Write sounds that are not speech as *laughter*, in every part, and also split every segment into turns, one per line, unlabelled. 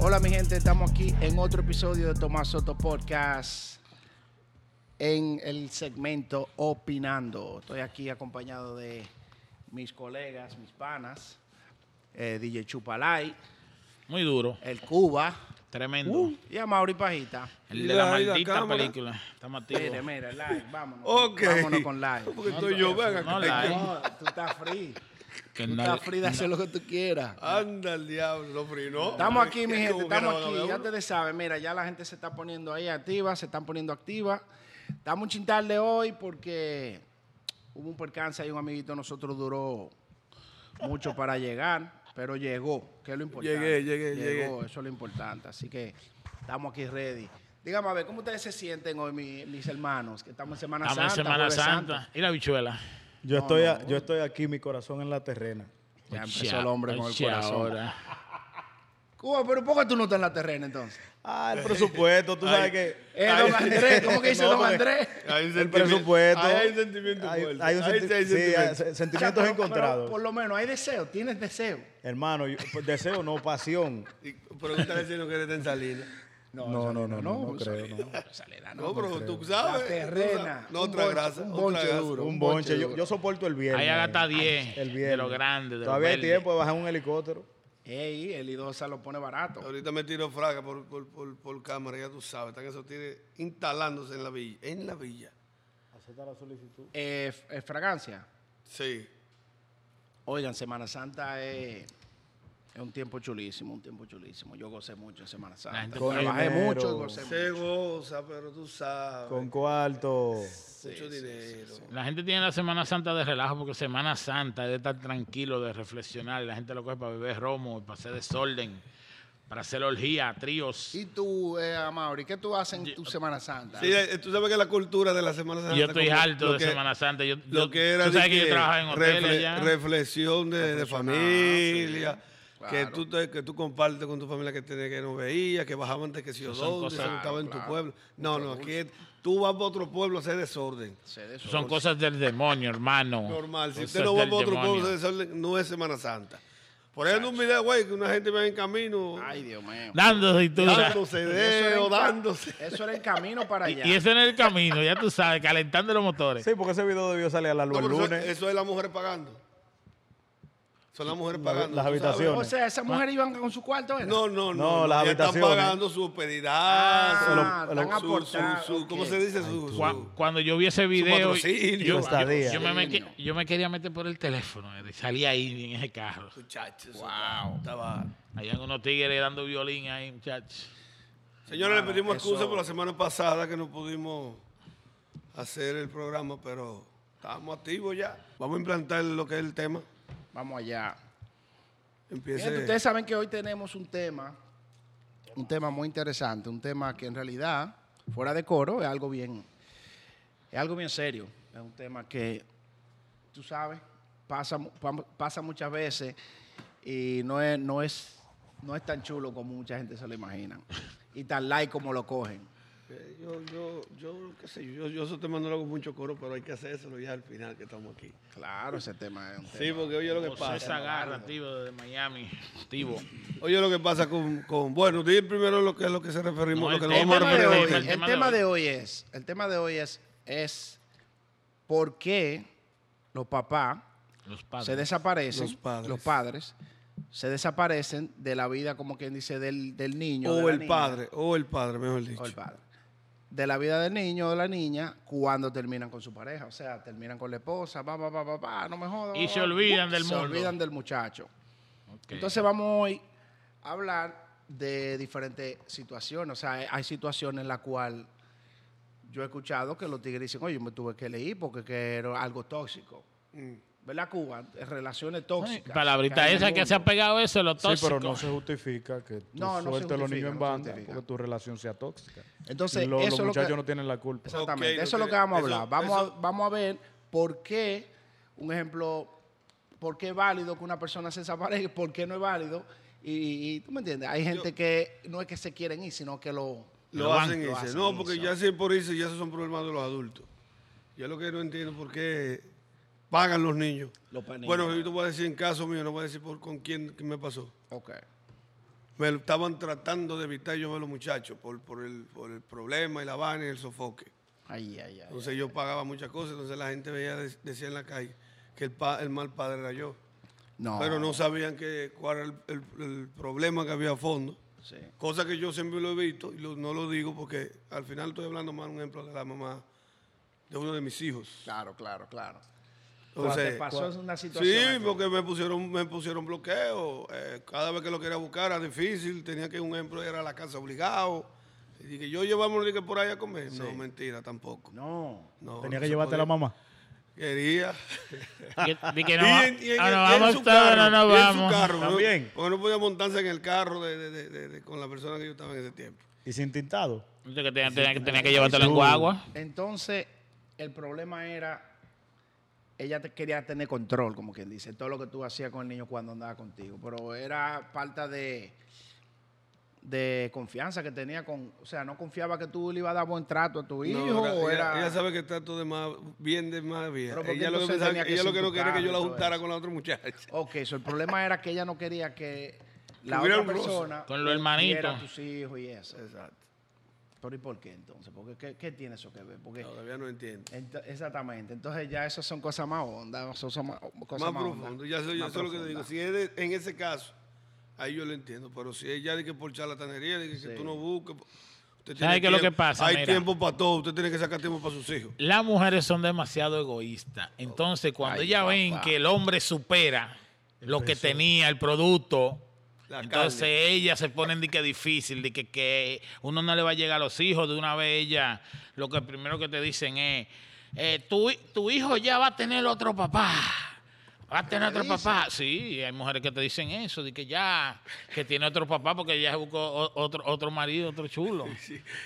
Hola mi gente, estamos aquí en otro episodio de Tomás Soto Podcast en el segmento Opinando. Estoy aquí acompañado de mis colegas, mis panas, eh, DJ Chupalay,
Muy duro.
el Cuba
Tremendo.
y a Mauri Pajita.
el de
Y
la,
la- y la
maldita
cámara.
película. Estamos
Mire,
activos.
mira, live, vámonos.
Ok.
Vámonos con live.
*laughs* Porque estoy yo, venga.
No,
que-
la-
No, tú estás free.
Que
Tú
no-
estás free de hacer lo que tú quieras.
Anda el diablo, no frenó.
Estamos aquí, mi
Es
gente,
como que
estamos
no van a
aquí. Ya
ver uno.
ustedes saben, mira, ya la gente se está poniendo ahí activa, se están poniendo activa. Estamos un chintal de hoy porque hubo un percance ahí, un amiguito de nosotros duró mucho para llegar, pero llegó, que es lo importante.
Llegué, llegué,
Llegó, eso es lo importante. Así que estamos aquí ready. Dígame, a ver, ¿cómo ustedes se sienten hoy, mi- mis hermanos? Que estamos en Semana
Estamos en
Santa.
Semana
Jueves
Santa. Y la bichuela.
Yo,
No,
estoy
no,
a- yo estoy aquí, mi corazón en la terrena.
Ya empezó el hombre con el
Oye,
corazón.
ahora.
Cuba, pero ¿por qué tú no estás en la terrena entonces?
Ah,
*laughs*
el presupuesto, tú sabes que...
Eh, don Andrés, ¿cómo que dice
No,
don
porque-
Andrés?
Hay
El
sentimiento-
presupuesto.
Ahí hay sentimiento
Hay-
fuerte.
hay un
Ahí
senti-
sí hay
sí, hay
sentimiento.
se-
O sea,
eh, sentimientos
pero- pero
encontrados.
por lo menos hay deseo, tienes deseo.
Hermano, yo- pues, deseo, no pasión.
Y Pregúntale si no quieres estar en Salinas.
No, no, no, no, no, creo, no.
*laughs* Salida,
No,
no.
pero tú
La
sabes. tú
terrena.
sabes. No,
un
otra
bonche-
grasa.
Un
otra
bonche
grasa.
duro.
Un bonche, yo,
duro.
yo soporto el viernes.
Ahí gasta 10
El
de
viernes.
lo grande. De
Todavía hay tiempo
tiempo.
de bajar un helicóptero.
Ey, el Idosa lo pone barato.
Ahorita me tiro fraca por, por, por, por cámara, ya tú sabes. Están esos tigres instalándose en la villa. En la villa.
Eh, f- eh, fragancia.
Sí.
Oigan, Semana Santa es, es un tiempo chulísimo, un tiempo chulísimo. Yo gocé mucho en Semana Santa.
gente
Trabajé
dinero.
mucho y gocé
Se
mucho.
goza, pero tú sabes.
Con cuarto.
mucho dinero.
La gente tiene la Semana Santa de relajo porque Semana Santa es de estar tranquilo, de reflexionar. La gente lo coge para beber romo, para hacer desorden, para hacer orgía, tríos.
¿Y tú, eh, Amaury, qué tú haces en tu Semana Santa?
Sí, eh, tú sabes que la cultura de la Semana Santa.
Yo estoy
como
harto
lo
de
que-
Semana Santa. Yo,
Lo
yo-
que era
tú sabes
de
que, yo trabajaba en hoteles
refle-
allá.
reflexión de, de familia.
sí,
Que,
claro.
tú te- que tú compartes con tu familia que tenés que no veías, que bajaban antes que si yo
son
dónde,
cosas-
se juntaban en
Claro,
tu pueblo. No, no, aquí es- tú vas para otro pueblo a hacer desorden.
Sé de eso.
Son cosas del demonio, hermano.
Normal, si
Cosas
usted no va
del
para otro pueblo a
demonio.
hacer desorden, no es Semana Santa. Por ahí en un video, güey, que una gente va en camino
Ay, Dios mío.
Dando cintura.
dándose
Eso era
dedos,
en-
dándose.
Eso era el camino para allá.
Y eso en el camino, ya tú sabes, calentando los motores.
Sí, porque ese video debió salir a la
No,
luz el
pero eso,
lunes.
eso es las mujeres pagando. Son las mujeres
La-
pagando.
las
¿tú sabes?
habitaciones.
O sea, esas mujeres iban con su cuarto, ¿eh? ¿era?
No, no, no.
No,
no,
las
ya están
habitaciones.
pagando su hospedidad.
Ah,
Lo-
están
lo-
su, su,
aportando,
su-
ok.
¿Cómo se dice? Su,
Cua-
su-
cuando yo vi ese video, yo,
patrocinio.
yo-
Su estadía.
yo me me-
Patrocinio.
yo me quería meter por el teléfono, eh, y salí ahí en ese carro.
Muchachos. eso estaba- estaba-
Allá unos tigres dando violín ahí, muchachos.
Señores, le pedimos
Ah, eso-
excusa por la semana pasada que no pudimos hacer el programa, pero estábamos activos ya. Vamos a implantar lo que es el tema.
Vamos allá.
Empiece.
Gente, ustedes saben que hoy tenemos un tema, un tema muy interesante, un tema que en realidad, fuera de coro, es algo bien, es algo bien serio. Es un tema que, tú sabes, pasa, mu- pa- pasa muchas veces y no es, no, es, no es tan chulo como mucha gente se lo imagina. Y tan light como lo cogen.
Eh, Yo, yo, yo, qué sé, yo, yo esos temas no lo hago mucho coro, pero hay que hacérselo ya al final que estamos aquí.
Claro, ese tema es un tema.
Sí, porque oye lo que
José
pasa.
Zagarra, tío, de Miami, tío.
Oye lo que pasa con, con bueno, di primero lo que es lo que se
No,
referimos, lo
el
que nos
El
vamos a
tema, de
referir
hoy,
ahorita.
el tema
tema de
de hoy es, el tema de hoy es, es por qué los papás
Los padres.
se desaparecen, los
Los
padres.
padres.
se desaparecen de la vida, como quien dice, del, del niño. de
O
la
el
niña,
padre, o el padre, mejor dicho.
O el padre. De la vida del niño o de la niña cuando terminan con su pareja. O sea, terminan con la esposa, va, va, va, va, va, no me jodas.
Y
va,
se
va,
olvidan
va,
del
Se
mundo.
olvidan del muchacho.
Ok.
Entonces vamos hoy a hablar de diferentes situaciones. O sea, eh, hay situaciones en las cuales yo he escuchado que los tigres dicen, oye, me tuve que leer porque que era algo tóxico.
Mm.
¿Verdad, Cuba? Relaciones
Ay,
tóxicas.
palabrita
hay en
esa
el
que se ha
mundo.
pegado eso, lo
Sí,
tóxico.
pero no se justifica que tú
No, no se
sueltes a los
justifica,
niños
no
en
se
banda
justifica.
porque tu relación sea tóxica.
Entonces,
Lo-
eso es
los
lo
muchachos
que-
no tienen la culpa.
Exactamente.
Ok, no
eso es lo
tiene-
que vamos a
eso-
hablar. vamos,
eso-
A, vamos a ver por qué, un ejemplo, por qué es válido que una persona se desaparezca, por qué no es válido. Y, y, tú me entiendes, hay gente que no es que se quieren ir, sino que lo...
Lo,
Lo
hacen
van-
y
lo
dicen,
hacen
no,
y
porque
se
ya si es por irse, ya esos son problemas de los adultos. Yo lo que no entiendo es por qué pagan los niños.
Los pa- niños.
Bueno, yo te voy a decir en caso mío, no voy a decir por, con quién que me pasó.
Ok.
me lo estaban tratando de evitar yo a los muchachos por, por, el, por el problema y la vaina y el sofoque.
Ay, ay, ay.
Entonces yo pagaba muchas cosas, entonces la gente veía, de- decía en la calle que el, pa- el mal padre era yo.
No.
Pero no sabían que, cuál era el, el- el problema que había a fondo.
Sí.
Cosa que yo siempre lo he visto y lo- no lo digo porque al final estoy hablando más un ejemplo de la mamá de uno de mis hijos.
Claro, claro, claro. Cuando
Entonces,
te pasó es una
Sí,
situación.
porque me pusieron, me pusieron bloqueo. eh, cada vez que lo quería buscar era difícil. Tenía que, un ejemplo, era la casa obligado. Y dije, yo llevamos que por ahí a comer. No, mentira, tampoco.
No.
No,
Tenía
no
que
se
llevarte a la
podía.
mamá.
Quería.
Y, y que no,
Y en- y
ah,
en- y
no
en
vamos
su
todos, no
carro,
nos
y en su
vamos.
carro, ¿no?
También.
Porque no podía montarse en el carro de- de- de- de- de- con la persona que yo estaba en ese tiempo.
Y sin tintado.
Dice que tenía, tenía que- tenía que llevártelo en guagua.
Entonces, el problema era, ella te quería tener control, como quien dice, todo lo que tú hacías con el niño cuando andaba contigo, pero era falta de, de confianza que tenía con, o sea, no confiaba que tú le ibas a dar buen trato a tu hijo,
No,
o
ella,
era...
ella sabe que está todo de más, bien de más bien.
Pero ¿por qué
Ella lo que,
entonces
pensaba-
tenía que
ella lo
ser
que
tu
no quería es que yo la
carro y todo
juntara
eso?
con la
*laughs*
otra muchacha.
Ok, so el problema era que ella no quería que la
Hubiera
otra
un roce.
persona
Con los hermanitos.
viera a tus hijos y eso.
Exacto.
Pero ¿y por qué entonces? Porque, ¿qué, qué tiene eso que ver? Porque,
Todavía no entiendo.
ento- exactamente, entonces ya esas son cosas más hondas, son- son más, cosas
Más,
más hondas.
profundo. Ya sé, yo
Más
sé lo que te digo.
profundas.
Si es de- en ese caso, ahí yo lo entiendo. Pero si ella dice que por charlatanería, dice que
Sí.
tú no busques. pues, Usted
¿Sabe qué es lo que
tiempo-
pasa?
Hay
Mira.
tiempo para todo. Usted tiene que sacar tiempo para sus hijos.
Las mujeres son demasiado egoístas. Entonces, cuando
Ay,
ellas ven
papá.
que el hombre supera lo que tenía, el producto,
La
entonces
carne.
ellas se ponen de que difícil, de que, que uno no le va a llegar a los hijos. De una vez ellas, lo que primero que te dicen es, eh, tu, hi- tu hijo ya va a tener otro papá. Va a tener otro papá. Sí, hay mujeres que te dicen eso, de que ya, que tiene otro papá porque ya se buscó o- otro, otro marido, otro chulo.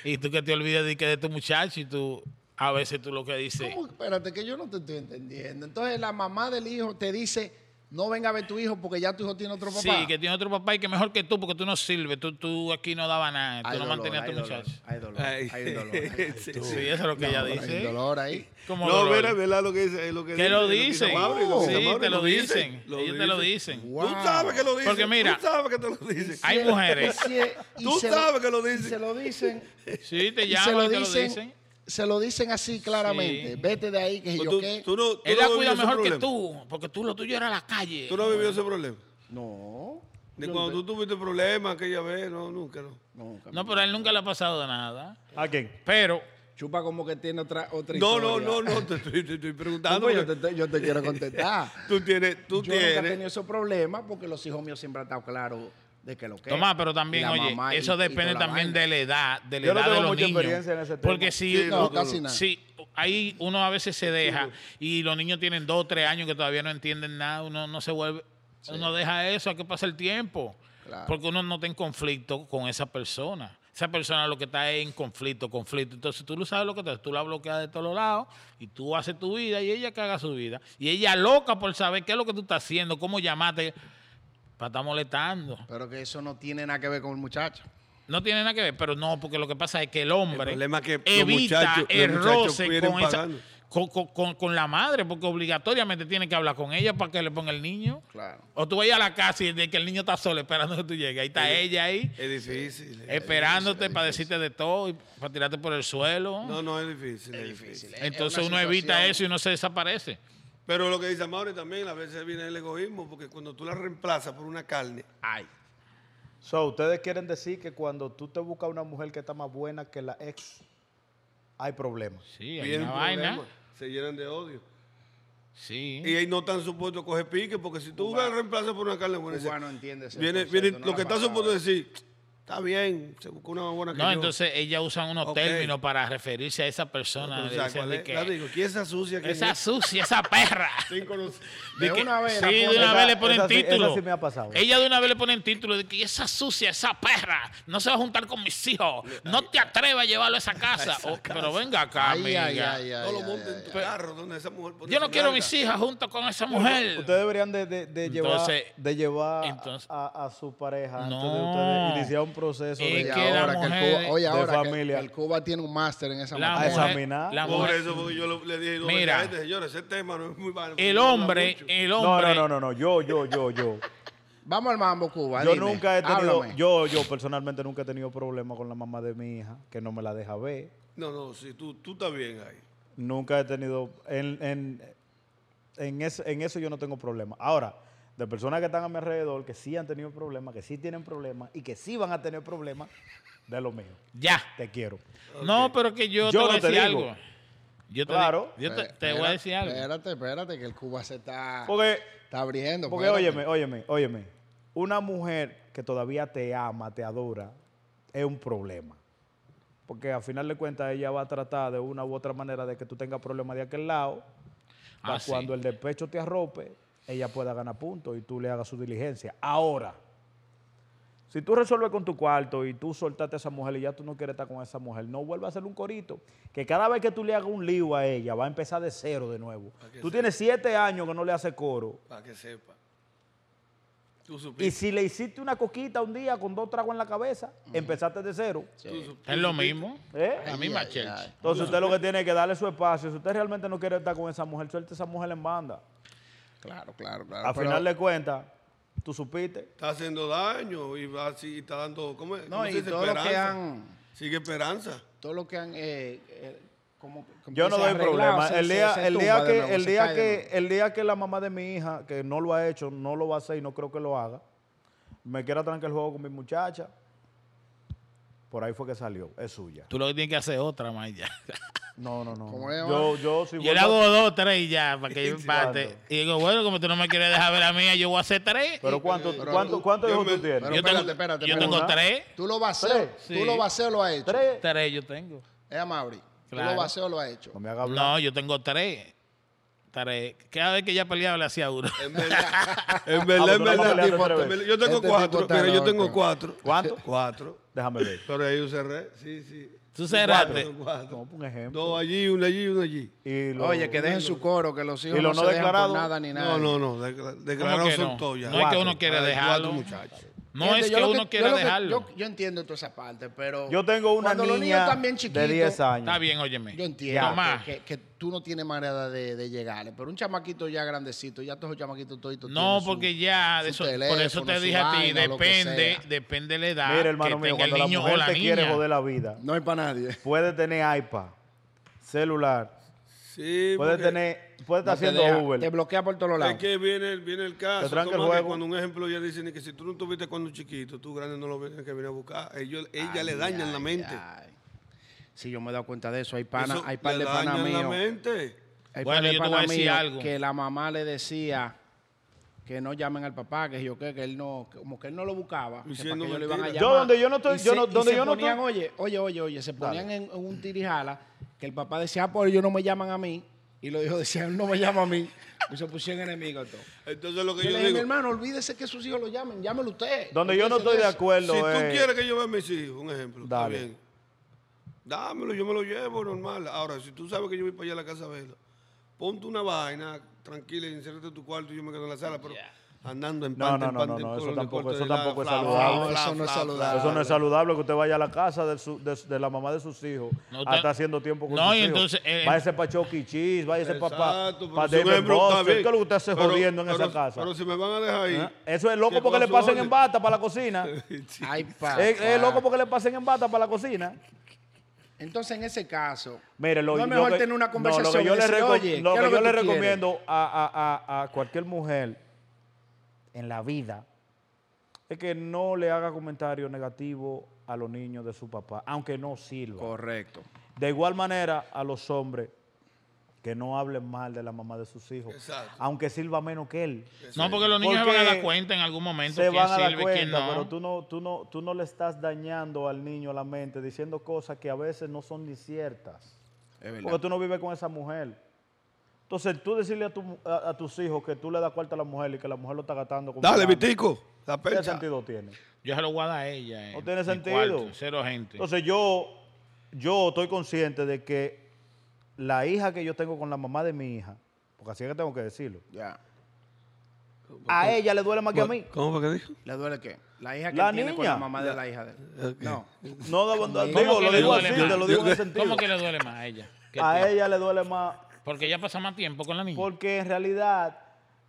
Y tú que te olvidas de que de tu muchacho y tú, a veces tú lo que dices.
¿Cómo? Espérate, que yo no te estoy entendiendo. Entonces la mamá del hijo te dice, no venga a ver tu hijo porque ya tu hijo tiene otro papá.
Sí, que tiene otro papá y que mejor que tú, porque tú no sirves, tú, tú aquí no dabas nada, tú
Hay
no
dolor,
mantenías a tu
hay dolor,
muchacho.
Hay dolor,
Ay.
hay dolor. hay dolor.
*laughs* Sí,
Sí, eso es lo que ella
Hay
dice.
dolor ahí.
Como
No,
dolor.
mira, es verdad lo que dice. es Lo que,
Que lo
dice,
dicen.
es lo que dice Mauri, lo que dice
sí,
Mauri,
te lo dicen.
lo
Ellos te lo dicen.
Wow.
Tú sabes que lo dicen.
Porque mira,
Tú sabes que te lo dicen.
Hay mujeres.
Y se- y
Tú
se
sabes que lo
y
dicen.
Se lo dicen.
*laughs* Sí, te
y se
llaman,
lo
y te lo
dicen.
dicen.
Se lo dicen así claramente.
Sí.
Vete de ahí, que
Pero
yo
Pues tú-
qué.
tú no- tú
Él
no
la
has
cuida
vivido ese
mejor que
problema.
tú, porque tú lo tuyo era la calle.
Tú no has vivido ese problema.
No.
Ni
yo
cuando
no-
tú tuviste problemas aquella vez, no, nunca, no.
nunca.
No, pero a él nunca le ha pasado nada.
¿A quién?
Pero
Chupa como que tiene otra, otra
No,
historia. *laughs*
no, no, no, te estoy, te estoy
No,
preguntando.
pues, yo,
porque
te, yo te quiero contestar.
Tú tienes, *laughs* tú
Yo nunca he
tienes.
tenido esos problemas porque los hijos míos siempre han estado claros de que lo que es.
Tomás, pero también,
La
oye,
mamá y-
eso
y toda
depende
la
también
vaina.
de la edad, de la
Yo no
edad de
tengo
los
mucha
niños.
experiencia en ese tema.
Porque si,
Sí,
No, casi nada.
si ahí uno a veces se deja y los niños tienen dos o tres años que todavía no entienden nada, uno no se vuelve, uno deja eso, a que pasa el tiempo.
Claro.
Porque uno no está en conflicto con esa persona. Esa persona lo que está es en conflicto, conflicto. Entonces tú lo sabes lo que te tú la bloqueas de todos lados y tú haces tu vida y ella que haga su vida. Y ella loca por saber qué es lo que tú estás haciendo, cómo llamarte para estar molestando.
Pero que eso no tiene nada que ver con el muchacho.
No tiene nada que ver, pero no, porque lo que pasa es que el
El
hombre
problema es que los
evita
muchachos- los
el
muchachos
roce
vienen
con, esa-
pagando.
con, con- con- con la madre, porque obligatoriamente tiene que hablar con ella para que le ponga el niño.
Claro.
O tú vayas a la casa y de que el niño está solo esperando que tú llegues. Ahí está ella ahí,
Es difícil. es
esperándote
difícil,
para
es
decirte
difícil.
de todo y para tirarte por el suelo.
No, no, es difícil.
Es
Es
difícil.
difícil.
es
Entonces
una
uno evita
situación-
eso y uno se desaparece.
Pero lo que dice Mauri también, a veces viene el egoísmo, porque cuando tú la reemplazas por una carne,
Ay.
So, ustedes quieren decir que cuando tú te buscas una mujer que está más buena que la ex, hay problemas.
Sí, hay
viene
una
un
vaina.
problema. Se llenan de odio.
Sí.
Y ahí no están supuestos a coger pique, porque si tú la reemplazas por una carne buena,
Cubano entiende ese
viene,
concepto, no
viene lo
la
que está
pasaba.
supuesto es decir, está bien, se buscó una más buena que
No,
yo.
entonces ella usa unos
Ok.
términos para referirse a esa
Pero
persona.
tú
le
sabes
dicen
cuál
de
es.
que-
La digo, ¿quién es esa sucia? ¿Quién
Esa
es?
sucia, esa perra.
Sin conocer.
De
que-
una vez.
Sí,
la
de
ponen-
una
Esa-
vez le ponen
esa sí-
título.
esa sí me ha pasado.
Ella de una vez le ponen título de que esa sucia, esa perra, no se va a juntar con mis hijos. No te atrevas a llevarlo a esa casa. Oh, pero venga acá,
Ay,
amiga.
ay, ay, ay,
No lo
ay,
montes
ay,
en tu carro donde esa mujer pone
Yo no
su
quiero a
nalga.
mis hijas junto con esa mujer.
Ustedes deberían de, de- de llevar,
Entonces-
de llevar
entonces-
a, a su pareja antes de
No.
ustedes iniciar un proceso
Es
Oye,
de...
que la
ahora que el
mujer
Cuba, oye,
de
ahora que-
familia.
que el Cuba tiene un máster en esa
La
a
materia.
mujer-
examinar.
la
Por
mujer-
eso, porque yo lo- le dije, dos
Mira.
veces a este, señores, ese tema no es muy válido.
el hombre, el
No,
hombre.
no, no, no, no, yo, yo, yo, yo.
Vamos al mambo, Cuba.
Yo
dime,
nunca he tenido,
háblame.
yo, yo personalmente nunca he tenido problema con la mamá de mi hija, que no me la deja ver.
No, no, sí, tú, tú estás bien ahí.
Nunca he tenido, en, en, en es- en eso yo no tengo problema. Ahora, de personas que están a mi alrededor, que sí han tenido problemas, que sí tienen problemas y que sí van a tener problemas, de lo mío.
Ya.
Te quiero.
No, pero que yo,
Yo
te voy a
no te
decir
digo.
algo. Yo te,
Claro.
yo te, te voy
Espérate,
a decir algo.
Espérate, espérate, que el Cuba se está,
Porque,
está abriendo.
porque
espérate.
óyeme, óyeme, óyeme. Una mujer que todavía te ama, te adora, es un problema. Porque al final de cuentas ella va a tratar de una u otra manera de que tú tengas problemas de aquel lado. para
Ah, sí.
cuando el despecho te arrope, ella pueda ganar puntos y tú le hagas su diligencia. Ahora, si tú resuelves con tu cuarto y tú soltaste a esa mujer y ya tú no quieres estar con esa mujer, no vuelvas a hacer un corito. Que cada vez que tú le hagas un lío a ella, va a empezar de cero de nuevo.
Para que
Tú
sepa.
tienes siete años que no le haces coro.
Para que sepa. Tú
Y
supiste.
si le hiciste una coquita un día con dos tragos en la cabeza, empezaste de cero.
tú sup- tú
Es lo
supiste.
mismo.
¿eh?
La misma
ay, ay.
Chelsea.
Entonces usted lo que tiene es que darle su espacio. Si usted realmente no quiere estar con esa mujer, suelte a esa mujer en banda.
Claro, claro, claro.
Al
Ah, pero-
final de cuentas, tú supiste.
Está haciendo daño y va así, está dando. ¿Cómo es? ¿Cómo
No,
se
y
dice?
todo lo que
Esperanza.
han...
Sigue
*laughs*
esperanza.
Todo lo que han... eh, eh, como, como
Yo no
se ha
doy
arreglado,
problema.
se-
El
se-
día,
se
el
tumba
día
de
que,
nuevo,
el
se
día
cae de
que, el día que la mamá de mi hija, que no lo ha hecho, no lo va a hacer y no creo que lo haga, me quiera trancar el juego con mi muchacha. Por ahí fue que salió, es suya.
Tú lo que tienes que hacer es otra más ya.
No, no, no.
¿Cómo
no.
es,
Yo, yo, si
Yo
vuelvo-
le hago dos, tres y ya, para que yo
*laughs* Sí,
empate.
claro.
Y digo, bueno, como tú no me quieres dejar ver a mía, yo voy a hacer tres.
Pero ¿cuánto,
Pero
cuánto,
tú-
cuántos
yo
hijos
me-
tú tienes?
pero
yo
espérate,
tengo,
espérate,
yo
espérate.
tengo tres.
Tú lo vas a hacer.
Tres.
Tú
Sí.
lo vas a hacer lo has hecho.
¿Tres?
Tres yo tengo.
Es Amabri. Tú
Claro.
lo vas a hacer lo has hecho.
No me haga hablar.
No, yo tengo tres. Tres. Cada vez que ella peleaba le hacía uno. *laughs*
En verdad, en
Ah,
verdad, en
pero tú la
verdad.
peleaste
tipo,
tres
en
veces.
verdad. Yo tengo
Este tipo
cuatro.
está
Mira, yo
loco.
tengo cuatro.
¿Cuánto?
Cuatro.
Déjame ver.
Pero ahí yo cerré. Sí, sí.
Tú cerraste.
Cuatro, cuatro.
No, un ejemplo.
Dos allí, uno allí, uno allí.
Y lo-
Oye, que dejen su coro, que los hijos
y lo
no,
no
se dejan por
declarado.
nada ni nada.
No, no, no. decla- Declararon
que no?
son todos ya.
No es que uno quiere
Hay cuatro
dejarlo.
muchachos.
No es que uno quiera dejarlo.
Yo, yo entiendo toda esa parte, pero...
Yo tengo una
cuando los niños
niña
están bien chiquitos,
de 10 años.
Está bien, óyeme.
Yo entiendo
Tomás,
que, que- que tú no tienes manera de, de llegarle, pero un chamaquito ya grandecito, ya todos los chamaquitos toditos
No,
tienen su-
porque ya, de
su
eso- por eso
teléfono,
te
su
dije a ti,
vaina, lo que
depende,
sea.
depende la edad
Mira, hermano
que
mío,
tenga el
cuando la
niño o
mujer
la
te
niña.
quiere joder la vida,
No hay para nadie.
puede tener iPad, celular,
Sí,
puede
porque
tener, puede estar
No te
haciendo
deja,
Uber.
Te bloquea por todos lados.
Es que viene, el- viene el caso.
Te tranca el
Tomás, que
juego.
Cuando un ejemplo ya dicen que si tú no tuviste cuando chiquito, tú grande no lo vienes que viene a buscar. Ellos, ella le dañan la mente.
Si yo me he dado cuenta de eso. Hay pana,
Eso
hay par
le
de pana
dañan la
mío.
mente.
Hay
Bueno,
par de
yo te voy
pana
a decir
mío
algo.
que la mamá le decía que no llamen al papá, que yo qué, que él no, como que él no lo buscaba. que
Diciendo
para qué ellos lo iban a
mentiras.
Yo
llamar.
donde yo no estoy-
Y
yo
se-
no-
y
donde
se
yo no
ponían,
estoy-
oye, oye, oye, oye, se ponían en, en un tirijala que el papá decía, ah, pues ellos no me llaman a mí. Y los hijos decían, no me llama a mí. Y se pusieron enemigos y todo.
Entonces lo que
Yo
yo,
le dije, mi
digo,
hermano, olvídese que sus hijos lo llamen, llámelo usted.
Donde yo no
Olvídese
estoy de
eso.
si
acuerdo
tú
es-
quieres que yo vea a mis hijos, un ejemplo,
Dale.
está bien. Dámelo, yo me lo llevo normal. Ahora, si tú sabes que yo voy para allá a la casa a verlo, ponte una vaina, tranquila, enciérrate en tu cuarto y yo me quedo en la sala, pero andando en
No,
pan,
no,
en
no,
pan,
no,
en
no, eso
color, en
tampoco-
corte
eso
de la-
tampoco es
fla, fla,
saludable.
fla,
Eso no es
fla, fla.
saludable.
Eso no es saludable que usted vaya a la casa de, su- de- de la mamá de sus hijos
No,
a
usted-
estar haciendo tiempo con
No,
sus
y
hijos.
entonces, eh,
váyase para Chucky Cheese, váyase para pa,
Exacto, pero
pa
si un
David
ejemplo, está
Buster's.
bien.
¿Qué es lo que usted se
Pero-
jodiendo en
pero-
esa casa?
Pero si me van a dejar ahí.
¿Eh? Eso es loco
que
porque le
coja su
pasen en
orden.
bata para la cocina.
*laughs* Sí.
Ay, papá.
es, es loco porque le pasen en bata para la cocina.
Entonces, en ese caso,
Mire, lo,
no es
lo
mejor
que-
tener una
no,
conversación.
lo que yo le,
decir,
reco-
"Oye,
lo
¿qué es
que yo le
tú quieres?".
recomiendo a, a- a- a cualquier mujer en la vida es que no le haga comentarios negativos a los niños de su papá, aunque no sirva.
Correcto.
De igual manera, a los hombres que no hablen mal de la mamá de sus hijos,
Exacto.
aunque sirva menos que él.
No, porque los niños se van a
Porque
dar cuenta en algún momento
Se
quién
van a dar
sirve y
cuenta,
quién no.
pero tú no, tú, no, tú no le estás dañando al niño la mente diciendo cosas que a veces no son ni ciertas.
Es verdad.
Porque tú no vives con esa mujer. Entonces, tú decirle a, tu mu- a- a tus hijos que tú le das cuarto a la mujer y que la mujer lo está gastando con
Dale,
fulano,
Vitico. La
¿Qué
percha.
sentido tiene?
Yo se lo voy a dar a ella. eh,
No tiene
mi
sentido.
cuarto, cero gente.
Entonces, yo, yo estoy consciente de que la hija que yo tengo con la mamá de mi hija, porque así es que tengo que decirlo,
Ya.
a ella le duele más que a mí.
¿Cómo fue que dijo?
¿Le duele qué? La hija que
La
él tiene con la
niña. Eh,
mamá de la hija de él. No.
No, no, no,
¿Cómo
digo,
que
lo
le
digo así,
duele más?
te lo digo en ese
¿Cómo
sentido.
que le duele más
*laughs*
a ella? que
A
tú?
ella le duele más
Porque ella pasa más tiempo con la niña.
porque en realidad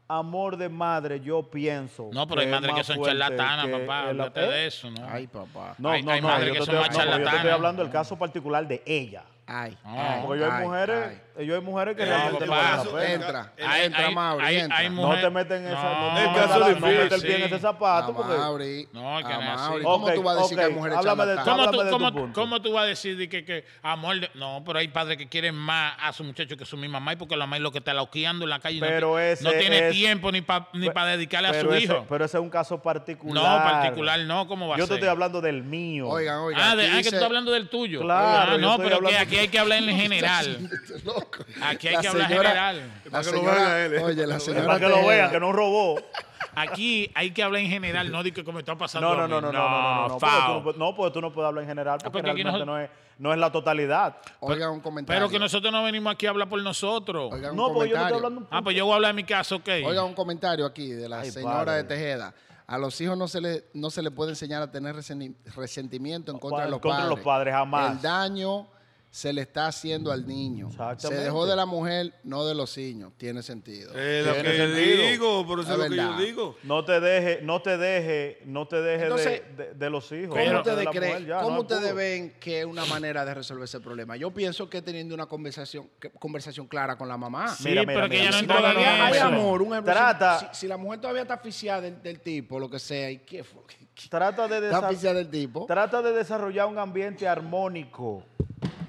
amor de madre, yo pienso.
No, pero hay
que es
madres que
más
son
fuerte
charlatanas,
que
papá.
el
Háblate
apego.
de eso, ¿no?
Ay, papá.
No,
Hay-
no,
hay
no,
madres
yo
que
te
son
estoy-
más
no, pero Yo te estoy
charlatanas.
hablando del caso particular de ella.
Ay,
Ah,
ay,
Porque yo hay
ay,
mujeres,
ay.
yo hay mujeres que
Eh,
realmente
papá,
valen la
eso-
pena.
Entra,
Hay-
entra,
hay-
Mauri,
hay-
entra.
hay
No
No
mujeres-
te meten en esa, no,
No,
te
Es
metas
caso
la- no
difícil.
metas el pie en ese zapato porque
Amaury,
Ah, No, es que no es así.
Amaury.
Ok,
¿Cómo tú vas a decir
ok,
que hay mujeres
háblame de-
charlatanas?
¿Cómo
Háblame
tú,
de tu
cómo-
punto.
cómo tú vas a decir de que, que amor? de- No, pero hay padres que quieren más a su muchacho que su misma mamá y porque la mamá es lo que está lauqueando en la calle. y
Pero
no, ti-
ese
no tiene
es-
tiempo ni para ni
Pe-
pa dedicarle a
pero
su
ese-
hijo.
Pero ese es un caso particular.
No, particular no, ¿cómo va a
Yo te
ser?
estoy hablando del mío.
Oigan, oigan.
ah,
aquí
de- ah, que tú
dice-
estás hablando del tuyo.
Claro,
Ah,
yo
no,
estoy
pero que
hablando-
aquí hay que
*laughs*
hablar en general.
Loco.
Aquí hay
La
que hablar
señora-
general.
la
Para que lo
señora-
vean a él, eh.
Oye, la señora.
Para que lo
Tejeda-
vean, que no robó.
*laughs*
Aquí hay que hablar en general, no de que como está pasando.
No,
a
no,
mí.
no, no, no, no, no, no. porque tú
fao.
no puedes- No, porque tú no puedes hablar en general porque
porque aquí
realmente
no-
no es, no es la totalidad.
Oigan un comentario.
Pero que nosotros no venimos aquí a hablar por nosotros.
Oigan un
No, porque yo no estoy
comentario.
hablando.
Ah, pues yo voy a hablar de mi caso, ok.
Oiga un comentario aquí de la
Ay,
señora
padre.
de Tejeda. A los hijos no se les no se le puede enseñar a tener reseni- resentimiento en contra, de
en
los,
contra de
padres.
los padres, jamás.
El daño se le está haciendo al niño. Se
Exactamente.
dejó de la mujer, no de los niños. Tiene sentido.
Es lo
Tiene
que
sentido.
digo, pero eso es
Es
lo que yo
verdad.
digo.
No te deje, no te deje, no te deje de-
Entonces,
de, de los hijos.
¿Cómo
Pero-
no te deje
ustedes
de la
creen-
mujer, ya, no
cómo
hay
ustedes
apuro.
ven que es una manera de resolver ese problema? Yo pienso que teniendo una conversación, que- conversación clara con la mamá.
Sí, pero que ella no
si
entraba en
todavía hay
eso.
amor, un ejemplo,
Trata-
si, si- si la mujer todavía está asfixiada del, del tipo, lo que sea, ¿y qué fue?
Trata de,
Está
desa-
asfixiada del tipo.
trata de desarrollar un ambiente armónico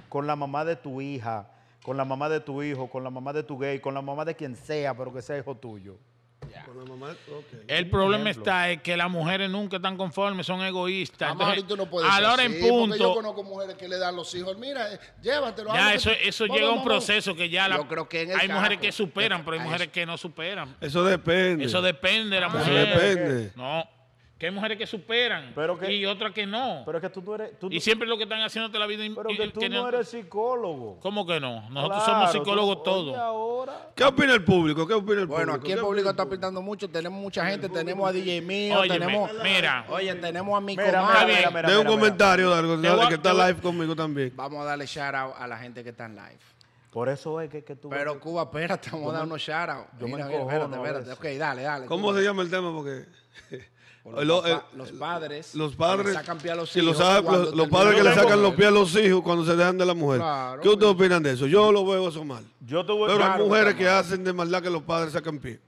con la mamá de tu hija, con la mamá de tu hijo, con la mamá de tu gay, con la mamá de quien sea, pero que sea hijo tuyo.
Con la mamá, ok.
El problema
ejemplo.
está es que las mujeres nunca están conformes, son egoístas.
Amado,
Entonces,
tú no puedes
a
ser
la hora en
así, porque Yo
punto,
conozco mujeres que le dan los hijos, mira, eh, llévatelo.
ya
hazlo
eso,
que-
eso
vamos,
llega a un
vamos".
proceso que ya la-
Yo creo que en el
hay mujeres
caso-
que superan, pero hay
Ah,
mujeres
eso-
que no superan.
Eso depende.
Eso depende de la
Eso
mujer.
depende.
No, que hay mujeres que superan
Pero que-
y otras que no.
Pero es que tú no eres. tú
y
no-
siempre lo que están haciéndote la vida... im-
pero que
im-
tú
que
no
no-
eres psicólogo.
¿Cómo que no? Nosotros
Claro,
somos
tú-
psicólogos
oye,
todos.
ahora.
¿Qué opina el público? ¿Qué opina el
Bueno,
público?
aquí el
¿Qué
público
opina
está pintando mucho, tenemos mucha gente, tenemos a DJ Mío,
Óyeme,
tenemos...
mira.
Oye, tenemos a mi
Mira, mira,
comadre.
mira,
mira.
De un comentario de algo
Te voy a-
que
te
está
voy-
live conmigo también.
Vamos a darle shout out a la gente que está en live.
Por eso es que, que tú.
Pero Cuba, espérate, vamos a dar unos shout out.
yo me
Mira, mira,
encojono
espérate,
a
espérate.
veces.
Ok, dale, dale.
¿Cómo
Cuba.
se llama el tema? Porque
Por Los,
Lo-
papá-
el-
los padres.
los
que le
padres,
sacan pie a los
sí, los
hijos
sa-
cuando
los- los
terminan
padres que
de
le sacan
comer.
los pies a los hijos cuando se dejan de la mujer.
Claro,
¿Qué ustedes opinan de eso? Yo lo veo eso mal.
Yo tuve.
Pero
claro
hay
que
mujeres
está
que
mal.
hacen de maldad que los padres sacan pie.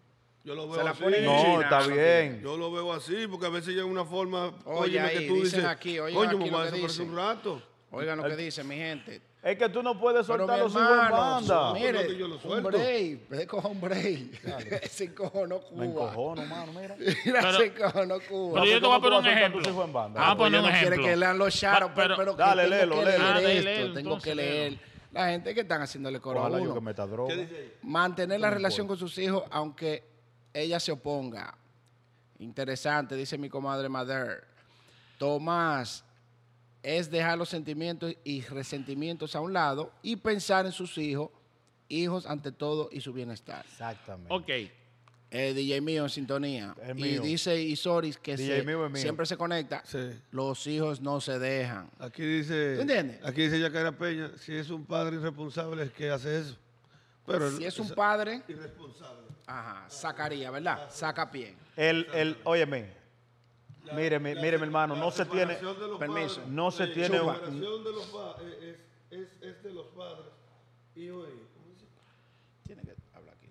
Yo lo
Se
veo
la
así.
ponen en
no,
China,
está
eso
bien.
Yo lo veo así porque a veces llega una forma,
Oye,
oye,
ahí,
que tú
dicen
dices,
aquí, oigan
coño,
aquí
me
lo
voy a
que
desaparecer un
dicen".
rato.
Oigan lo que dice mi gente.
Es que tú no puedes
Pero
soltar
mi
los hijos en
hermano,
banda.
mira,
Mire,
Yo lo
un
suelto.
break, ve, coja un *laughs* break. Se encojonó
Me
Cuba.
encojono, mano, mira.
*laughs* Mira,
Pero-
se encojonó Cuba.
Pero yo te voy a
¿Cómo
poner un
tú vas a soltar tus hijos
ejemplo.
en
Vamos
banda?
Pues
a
Pues
poner
yo
un
no quiere
ejemplo.
que lean los
Ah,
charos, pero, pero que
dale,
tengo
léelo,
que
léelo.
Ah,
leer
léelo,
esto, tengo
entonces,
que leer. La gente que están haciéndole coro a
Ojalá yo
uno.
que meta droga.
Mantener la relación con sus hijos aunque ella se oponga. Interesante, dice mi comadre Mader. Tomás, es dejar los sentimientos y resentimientos a un lado y pensar en sus hijos, hijos ante todo y su bienestar.
Exactamente.
Ok.
Eh, DJ mío en sintonía.
Es
y
mío.
dice Isoris que
DJ
se-
mío es mío.
siempre se conecta.
Sí.
Los hijos no se dejan.
Aquí dice,
¿Tú entiendes?
aquí dice Yacara Peña, si es un padre irresponsable es que hace eso. Pero
si es un
esa-
padre,
irresponsable.
ajá, sacaría, ¿verdad? Saca pie.
El, el, óyeme. Mire, mi- mire, mi hermano, no se tiene.
separación de los
permiso.
padres-
No se tiene.
chupa.
La separación de los pa- eh, es, es- es de los padres, hijo e hijo.
Tiene que hablar aquí.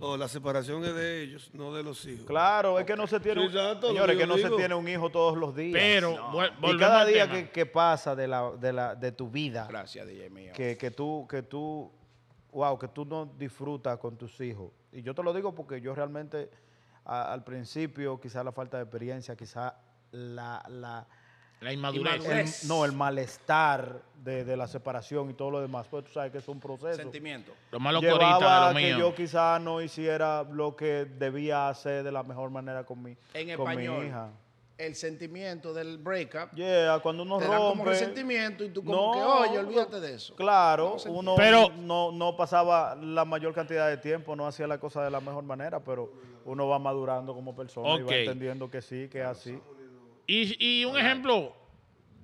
No, la separación es de ellos, no de los hijos.
Claro, es que no se tiene.
Sí,
un-
exacto, lo que
señores, que
yo
no se
digo.
tiene un hijo todos los días.
Pero, vuel-
Y
volvemos
cada
al
día
tema.
que, que pasa de, la, de, la, de tu vida,
Gracias, DJ mío.
que, que tú, que tú, wow, que tú no disfrutas con tus hijos. Y yo te lo digo porque yo realmente a- al principio, quizá la falta de experiencia, quizá la, la-
La inmadurez.
Inmadurez.
el- no, el malestar de, de la separación y todo lo demás, pues tú sabes que es un proceso.
Sentimiento.
Lo malo corita
Llevaba
de lo
que
mío.
yo quizá no hiciera lo que debía hacer de la mejor manera con mi,
En
con mi
español.
hija.
El sentimiento del breakup.
Yeah, cuando uno
Te dan
rompe.
como resentimiento y tú como que, oye, olvídate de eso.
Claro,
No
uno
Pero-
no, no pasaba la mayor cantidad de tiempo, no hacía la cosa de la mejor manera, pero uno va madurando como persona y
Ok.
va entendiendo que sí, que es así.
Y, y un ejemplo,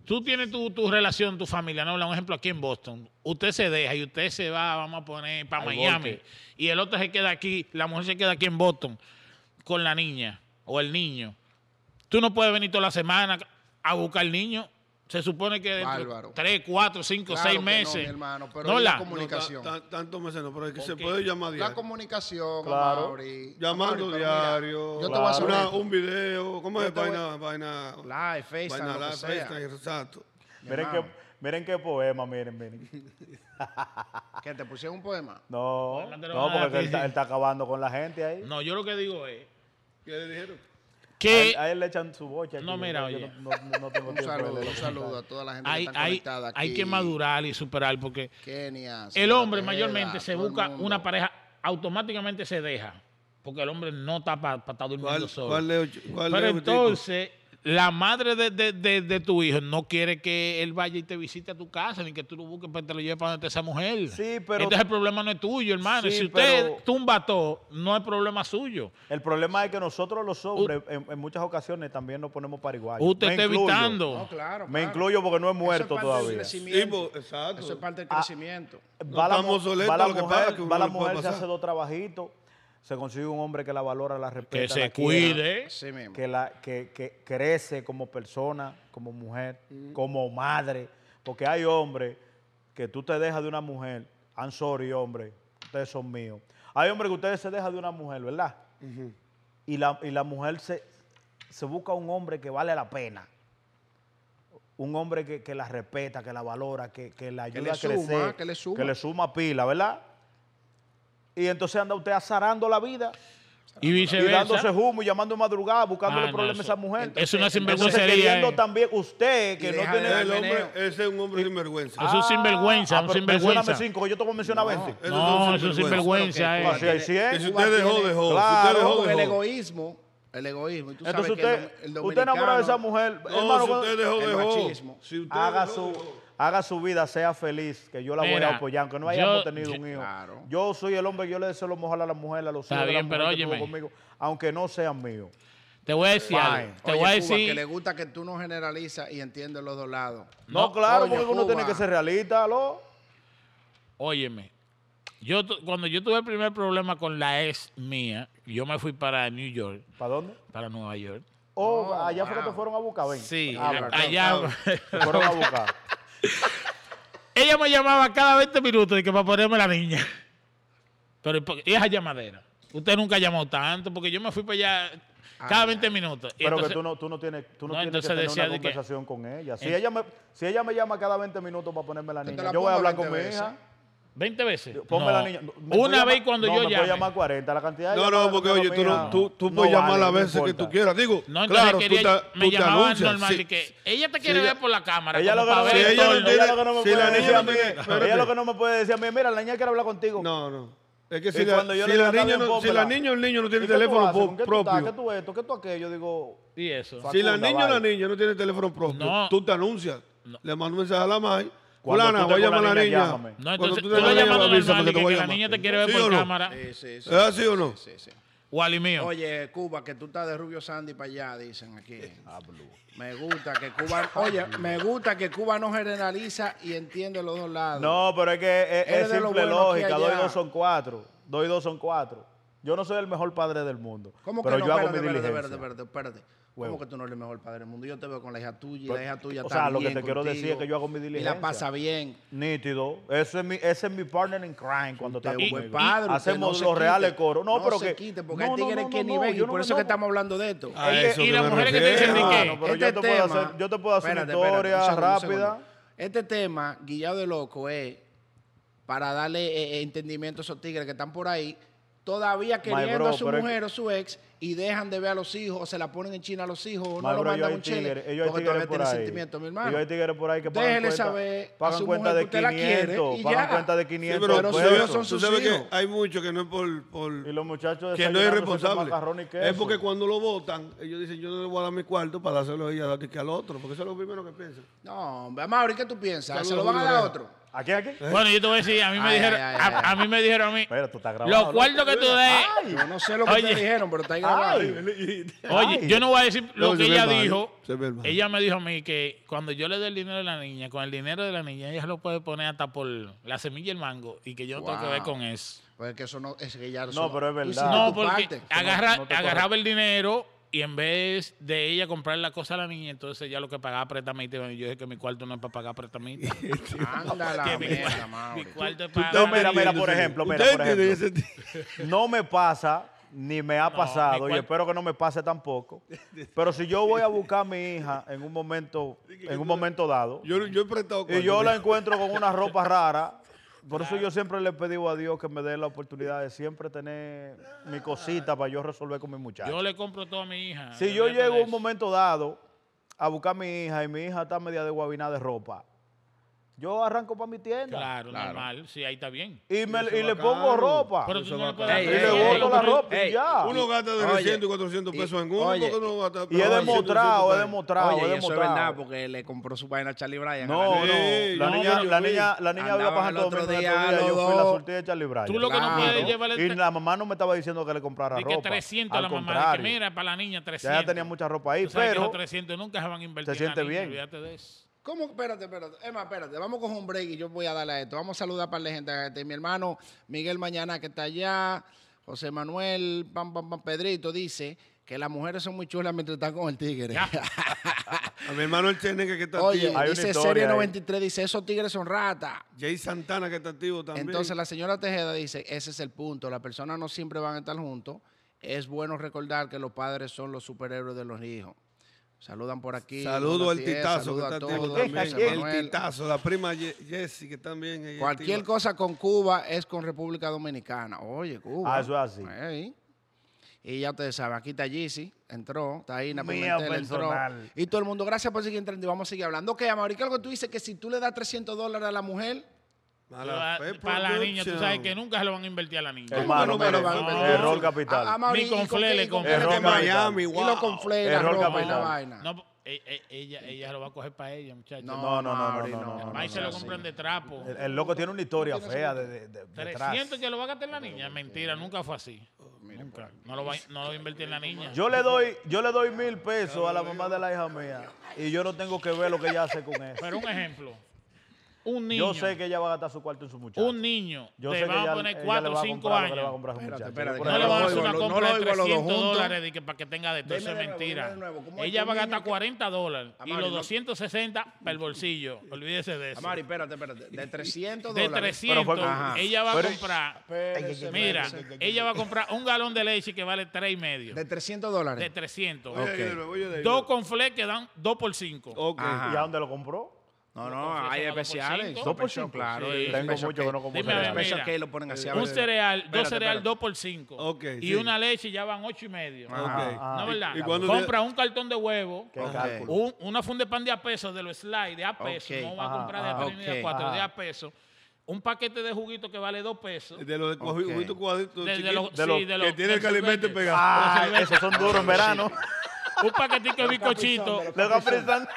Tú tienes tu, tu relación, tu familia, no un ejemplo aquí en Boston. Usted se deja y usted se va, vamos a poner, para
Al
Miami.
bosque.
Y el otro se queda aquí, la mujer se queda aquí en Boston con la niña o el niño. Tú no puedes venir toda la semana a buscar al niño. Se supone que dentro de
Bárbaro.
tres, cuatro, cinco,
Claro
seis
que no,
meses.
mi hermano, pero
No,
es la
la-
comu- Comunicación.
No, ta- tanto meses no, pero es que se
Ok.
puede llamar
La
diario.
comunicación,
Claro.
Amaury.
Llamando
Amaury, pero mira,
diario.
yo te voy a hacer
una-
esto.
un video. ¿Cómo
Yo
es?
te voy-
Vaina, vaina.
Live, FaceTime,
vaina
lo que
live,
sea.
FaceTime, exacto.
Mi
Miren qué,
hermano.
miren qué poema, miren, miren.
Que te pusieron un poema.
No,
Bueno, te lo
no
van a dar
porque
a
él
ti.
está, él está acabando con la gente ahí.
No, yo lo que digo es
¿Qué le dijeron?
A
que
él, a él le echan su bocha. aquí,
No,
yo
mira,
yo
oye.
no, no- no tengo
Un
tiempo de
saludo, un
leer los
saludo a
comentarios.
toda la gente
hay,
que está
hay,
conectada aquí.
hay que madurar y superar porque
Kenia.
el
Sandra
hombre
Tejeda,
mayormente se
todo el
busca
mundo.
una pareja, automáticamente se deja, porque el hombre no está para estar durmiendo
¿Cuál-
solo.
cuál Leo- cuál
Pero
Leo, Tico?
entonces, la madre de, de- de- de tu hijo no quiere que él vaya y te visite a tu casa, ni que tú lo busques para que te lo lleves para donde está esa mujer.
Sí, pero-
Entonces el problema no es tuyo, hermano. Y
Sí,
si usted
pero-
tumba todo, no es problema suyo.
El problema es que nosotros los hombres, en, en muchas ocasiones, también nos ponemos para igual.
Usted
Me
está
incluyo.
evitando.
No, claro,
Me
claro.
incluyo porque no he
Eso es
muerto
parte del
todavía.
crecimiento.
Sí, pues, exacto.
Eso es parte del
Ah.
crecimiento.
No
Va la,
estamos
mu-
obsoletos,
va la
lo que
mujer,
pasa es que uno
va la
le puede
mujer se
pasar.
hace dos trabajitos, se consigue un hombre que la valora, la respeta.
Que
la
se
quiera,
cuide.
Sí mismo.
Que, la, que, que crece como persona, como mujer, como madre. Porque hay hombres que tú te dejas de una mujer. I'm sorry, hombre, ustedes son míos. Hay hombres que ustedes se dejan de una mujer, ¿verdad? y, la, y la mujer se, se busca un hombre que vale la pena. Un hombre que, que la respeta, que la valora, que, que la
Que
ayuda
le
a crecer.
suma, que le suma.
Que le suma pila, ¿verdad? Y entonces anda usted azarando la vida
Y
y dándose
viceversa.
humo y llamando madrugada, buscándole
Ah, no,
problemas
eso-
a esa mujer.
es una
Entonces,
sinvergüencería,
queriendo
eh.
también usted, que
Y
no
deja de
tiene
darle
El
Meneo.
hombre, ese es un hombre sinvergüenza.
Es un sinvergüenza,
Ah,
un
pero
sinvergüenza.
mencióname cinco, que yo te voy a mencionar 20.
eh,
Eso
No,
es
eso
un
es
sinvergüenza.
sinvergüenza.
Bueno,
eh.
que-
Así Pues hay cien.
Y si
Cuba
usted dejó,
tiene-
dejó. Si
Claro.
usted dejó,
Porque el
dejó.
egoísmo, el egoísmo. y tú sabes
Entonces
que el
usted,
dom- el
usted enamorado de esa
dominicano-
mujer.
No,
hermano,
si usted
cuando-
dejó,
el
dejó.
machismo.
Si usted
haga
dejó,
su,
dejó.
haga su vida, sea feliz, que yo la voy
Mira,
a apoyar, aunque no
yo-
hayamos tenido un hijo.
claro.
Yo soy el hombre, yo le deseo lo mejor a la mujer, a los
Está
hijos de la
bien, pero
mujer que tuvo
óyeme.
conmigo, aunque no sean míos.
Te voy a decir algo.
Fine.
Te
Oye,
voy a
Cuba,
decir.
que le gusta que tú no generalizas y entiendes los dos lados.
No,
No,
claro,
coño,
porque uno
Cuba.
tiene que ser realista, ¿lo?
Óyeme, yo tu- cuando yo tuve el primer problema con la ex mía, yo me fui para New York,
¿Para dónde?
para Nueva York.
Oh,
Oh,
allá fue que
wow.
te fueron a buscar, ven. Ah,
Sí,
Habla,
a- allá.
te fueron a buscar.
*laughs* ella me llamaba cada 20 minutos de que para ponerme la niña. Pero ¿y por qué? ¿Y esa llamadera. Usted nunca llamó tanto, porque yo me fui para allá cada 20 minutos. Y
Ah, Pero que
entonces-
tú no, tú no tienes, tú no
No,
tienes que
entonces
tener
decía
una
de que-
conversación con ella. Si,
En-
ella me, si ella me llama cada 20 minutos para ponerme la
te
niña,
la
yo voy
pongo
a hablar con
20
mi
veces.
hija.
20 veces.
Ponme la
No.
niña. Me
Una
puede
vez
llamar-
cuando
no, me
yo
puede
llame.
llamar 40, la cantidad de
No, no,
llamadas que
porque
tengo
oye, tú,
mías,
no, tú, tú
no
puedes llamar
vale,
las
no
veces que
importa.
tú quieras. Digo,
No, entonces
claro,
quería-
tú te,
me
tú te
llamaba
anuncias.
normal
Sí,
de que
sí.
ella te quiere
ella-
ver por la cámara.
Ella lo
como
que no
para
me-
ver
ella no
todo el-
tiene-
ella lo que no me
si
puede
la
decir
niña
a mí,
tiene- espérate.
ella lo que no me puede decir a mí, mira, la niña quiere hablar contigo.
No, no. Es que
Y
si la,
cuando yo
si
le
la
digo,
niña,
"Dame,
no, si la
pónmela".
niña o el niño no
¿Y
tiene
qué tú
teléfono
haces?
po-
¿Con qué tú estás? ¿Qué
propio.
tú esto? ¿Qué tú aquello? Digo,
Y eso.
Fa-
Si la
Facunda,
niña o la
vale.
niña no tiene teléfono propio,
No.
tú te anuncias. Le mando un mensaje a la madre.
Cuando
Fulana,
tú te
voy a
con
llamar
la
a la
niña,
niña.
llámame.
No,
Cuando
entonces tú
te con
lo
la niña,
llamas
avisa,
normal, de
porque te
que,
voy a
la
llamar.
niña te quiere ver
¿Sí o
por
no?
cámara.
Sí, sí, sí.
¿Es así o no?
Sí, sí.
Wally mío.
Oye, Cuba, que tú estás de Rubio Sandy para allá, dicen aquí. Me gusta que Cuba. Oye, me gusta que Cuba no generaliza y entiende los dos lados.
no, pero es que es, es
Eres de lo
simple
bueno aquí y
lógica. Dos y
allá.
dos son cuatro. Dos y dos son cuatro. Yo no soy el mejor padre del mundo.
¿Cómo que
pero
no?
yo hago mi
espérate, espérate,
diligencia.
espérate, espérate, espérate.
Huevo.
¿Cómo que tú no eres el mejor padre del mundo? Yo te veo con la hija tuya y
Pero-
la hija tuya
o
está
sea, lo que
bien
te quiero
contigo
decir es que yo hago mi
Y
diligencia.
la pasa bien.
Nítido. Eso es mi, ese es mi partner in crime cuando está
Usted es
conmigo.
un buen padre. usted no
Hacemos
se
los
quite.
reales coros. No, pero
se
que-
quite, porque
no,
hay
no,
tigres
no,
que
no,
ni
no,
ven. Y
yo no
por
me
eso que
enojo.
estamos hablando de esto.
A
Ella-
eso
y
que
las
me
mujeres que te dicen
refiero.
de
Ah,
qué.
no, pero yo te puedo hacer- yo te puedo hacer una historia rápida.
Este tema, Guillado de Loco, es para darle eh, eh, entendimiento a esos tigres que están por ahí, todavía queriendo
bro,
a su
pero es
mujer o su ex y dejan de ver a los hijos, o se la ponen en China a los hijos, o
My
no lo
bro, ellos
mandan a
hay
un chile,
tigres, ellos hay
porque
tigres
todavía
por
tienen
ahí.
sentimiento, mi hermano.
Ellos hay tigres por ahí que pagan
Déjele
cuenta,
saber a
pagan
su
cuenta
mujer
de
que usted la quiere
500,
y
pagan
ya.
cuenta de
Sí,
500
pero
pesos.
si
tú
ellos son
tú
sus
sabes que
hijos.
hay muchos que no es por, por
y los muchachos
que no es
desayunándose con
responsable.
macarrón y queso.
Es porque cuando lo votan, ellos dicen, yo no le voy a dar mi cuarto para dárselo a ella que al otro, porque eso es lo primero que piensan.
*laughs*
No, hombre, Mauri, ¿qué tú piensas? ¿Se lo
Saludos,
van a dar a
Julio.
otro?
¿A quién aquí?
Bueno, yo te voy a decir, a mí me
Ay,
dijeron,
ay, ay,
a,
ay.
a mí me dijeron a mí,
Pero tú estás grabando.
los cuartos que tú des,
Yo no sé lo que
Oye.
te dijeron, pero está ahí
grabado.
Ay.
Abel.
Oye,
Ay.
yo no voy a decir lo
No,
que
se ve
ella
mal,
dijo.
se ve mal.
Ella me dijo a mí que cuando yo le dé el dinero de la niña, con el dinero de la niña, ella lo puede poner hasta por la semilla y el mango y que yo no tengo que ver
Wow.
con eso.
Porque Pues que eso no es que ya
No, pero es
tú
verdad.
hiciste
No,
tu
porque
parte.
agarra-
no te
agarraba el dinero y en vez de ella comprar la cosa a la niña, entonces ya lo que pagaba prestamita, y yo dije que mi cuarto no es para pagar prestamita.
Anda
Que
la
mi,
mierda,
cua- mi
madre.
cuarto es
Usted
para...
No, mira, mira,
entiende,
por
señor.
ejemplo, mira,
Usted
por
entiende
ejemplo.
ese tipo. *laughs*
No me pasa, ni me ha
No,
pasado,
ni
y
cual-
espero que no me pase tampoco. Pero si yo voy a buscar a mi hija en un momento, en un momento dado,
Yo, yo he prestado
y
cuarto,
yo la
mira.
encuentro con una ropa rara, por eso yo siempre le he pedido a Dios que me dé la oportunidad de siempre tener mi cosita para yo resolver con mi muchacho.
Yo le compro todo a mi hija.
Si yo
olvídate de
llego a un
eso.
momento dado a buscar a mi hija y mi hija está media de guabiná de ropa, yo arranco para mi tienda
Claro,
Claro.
normal. Sí, ahí está bien.
y, me,
Eso
y le
bacano.
pongo ropa.
Pero
eso
tú no le
va a
puedes
caer.
y
dar
Ey,
le
tres
ey,
días.
ey,
boto la
ey,
ropa y
ey,
ya.
Uno gasta de
Oye,
200 y 400
y-
pesos en uno.
oye,
porque uno gasta-
Y es
gasta 200
demostrado, es
pesos.
demostrado,
Oye,
es
y eso es verdad,
demostrado.
porque le compró su vaina a Charlie Bryan.
No, no,
a la-
Sí,
no,
la niña,
pero
la
yo
niña,
vi.
la niña viva
Andaban
para
el
Santo
otro
Domingo el
día,
otro día,
los
yo fui a la
dos.
sortilla de Charlie Bryan.
Tú lo que no
Claro.
puedes llevarle
Y
tres-
la mamá no me estaba diciendo que le comprara
de que
ropa.
300 a
al
la mamá. de
contrario.
que mira, para la niña 300.
ya tenía mucha ropa ahí,
Tú sabes que
pero-
esos 300 nunca se van a invertir.
Se
en la niña,
siente bien.
olvídate de eso.
¿Cómo? Espérate, espérate. Emma, espérate. Vamos a coger un break y yo voy a darle a esto. Vamos a saludar para la gente. que está ahí. Mi hermano Miguel Mañana, que está allá. José Manuel, pam, pam, pam, Pedrito, dice que las mujeres son muy chulas mientras están con el tigre.
Ya.
A mi hermano el Cheneque que está
*laughs* Oye,
activo.
Hay una
dice
historia
Serie
ahí.
93, dice, esos tigres son ratas.
Jay Santana que está activo también.
Entonces la señora Tejeda dice, ese es el punto, las personas no siempre van a estar juntos. Es bueno recordar que los padres son los superhéroes de los hijos. Saludan por aquí.
Saludo
Bruno
al
Tiesa,
titazo que
saludo
está
a
activo
todos,
también.
José Manuel.
El titazo, la prima Ye- Jessie que también. es
Cualquier
activa.
cosa con Cuba es con República Dominicana. Oye, Cuba.
Ah, eso es así.
Ey. Y ya ustedes saben, aquí está Yeezy, entró, está ahí,
Mío
entró.
personal.
Y todo el mundo, gracias por seguir entrando y vamos a seguir hablando. Ok, Amaury, ¿qué es lo que tú dices que si tú le das 300 dólares a la mujer,
Mala fe
ah, para la niña, tú sabes
production.
que nunca se lo van a invertir a la niña.
¿Cómo que
Hermano,
no me lo
mire,
van a
no,
vender?
error capital.
A- Amaury,
Ni con
¿y qué-
Fle
y
le
con qué te
Este
compré. Error
mandas?
capital.
Y lo con Fle, la
Error
ropa y la
capital.
vaina.
No, eh, eh, ella, ella lo va a coger para ella, muchachos.
No, no, no, no,
Amaury,
no, no,
El
no,
maíz
no,
se lo
así.
compran de trapo.
El, el loco tiene una historia fea de, de- de- detrás.
300 que lo va a gastar en la niña. Mentira, nunca fue así. Nunca. No lo va, no lo va a invertir en la niña.
Yo le doy, yo le doy mil pesos a la mamá de la hija mía y yo no tengo que ver lo que ella hace con eso.
Pero un ejemplo. Un niño.
Yo sé que ella va a gastar su cuarto en su muchacho.
Un niño.
yo
te
sé
van
ella-
a poner
ella
4
le
o
va a
5
comprar lo que le va a
años.
comprar a su
Espérate,
muchacho.
espérate,
Yo
No
por
le
ejemplo,
van a hacer
oigo,
una
no lo
compra de
oigo a los dos
300
juntos.
dólares de que para que tenga de todo.
Dime
Eso es
de nuevo, dime
mentira.
de nuevo, ¿cómo es que
Ella
un
va a
niño
gastar
que-
40 dólares y
Amari,
los
no-
260 para el bolsillo. Olvídese de eso.
Amari, espérate, espérate. De 300
de
dólares.
300,
Pero fue- Ajá.
ella va a
Pero-
comprar.
Espérese,
Mira,
espérese.
ella va a comprar un galón de leche que vale 3 y medio.
De 300
De
dólares.
300.
Oye,
Ok.
de nuevo, oye, de
Dos
nuevo.
con fle que dan 2 por 5.
Ok.
Ajá.
¿Y a dónde lo compró?
No,
Entonces,
no, hay
eso va por
especiales.
cinco.
Super
Dos por
Show,
cinco.
Claro.
Sí.
y
Tengo
Special
mucho que no
K.
como
Dime a ver,
cereal.
mira.
Special K lo ponen así. a
Un
veces.
cereal, dos
Espérate,
cereal
espérate.
2 por 5.
Ok,
y
sí.
una leche ya van 8 y medio.
Ah,
Ok.
Ah,
¿No es verdad?
¿Y cuándo
Compra un cartón de huevo,
Qué
Ok.
cálculo.
un- una funda de pan de a peso de los slides de a peso.
Ok.
No va
Ajá,
a comprar de a
ajá.
3 ni de a
Ok.
4, de
Ajá.
a peso. Un paquete de juguito que vale 2 pesos.
De los
ah, Ok.
cuadritos cuadritos
De- de
chiquitos.
los- sí, de
que
los-
tiene el
del
calimento
sorbete.
pegado.
Ah, esos son duros en verano.
Un paquetico de bizcochito.
Le dan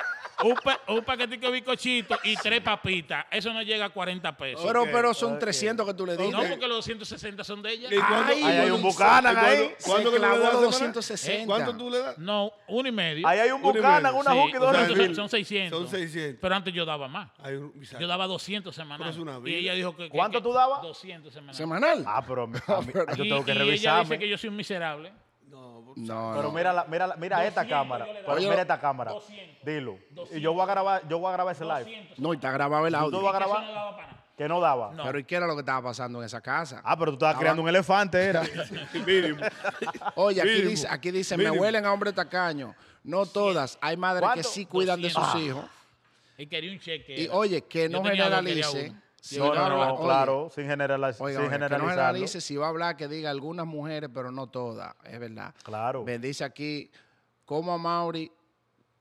Un, pa- un paquetico de bizcochito y tres papitas. Eso no llega a 40 pesos.
Pero, pero son
Ok.
300 que tú le diste.
no, porque los 260 son de ella.
¿Y cuándo-
Ay,
Ahí hay un
Luis,
bucanan ahí.
Se
¿Cuándo que tú le
clavó
das
los
la semana?
260.
¿Cuánto tú le das?
No, uno y medio.
Ahí hay un
Uno y
bucana,
medio.
una
Sí,
juca y dos
entonces
refil.
son 600.
Son 600.
Pero antes yo daba más.
Hay un-
Yo daba 200 semanales.
Pero es una
Y
vida.
ella dijo que. que-
¿Cuánto
que
tú dabas?
200 semanales.
¿Semanal?
Ah, pero a mí- a mí- yo
Y-
tengo que
y Ella dice
revisarme.
que yo soy un miserable.
No,
no,
Pero
no.
mira, la- mira, la- mira esta
200
cámara.
yo le
Pero
doy.
mira esta cámara.
200.
Dilo. Y yo voy a grabar, yo voy a grabar ese live.
200.
No, y está grabado el
¿Tú vas
audio.
a
Eso no
grabar?
daba para nada.
Que no daba.
No.
Pero ¿y qué era lo que estaba pasando en esa casa?
Ah, pero tú estabas creando un elefante, era.
mínimo.
Oye, aquí
mínimo,
dice, aquí dice me
mínimo.
huelen a hombre tacaño. No todas. Hay madres que
¿Cuánto?
sí cuidan de sus
200.
hijos.
Y quería un cheque.
Y
era.
oye, que
Yo
no
tenía dos, quería
generalice.
uno.
si
No,
va
no,
a hablar-
no,
oye,
claro. Sin, generala-
Oiga,
sin
oiga, que no
generalizarlo.
generalice si va a hablar que diga algunas mujeres, pero no todas, es verdad.
Claro.
Me dice aquí, como a Mauri,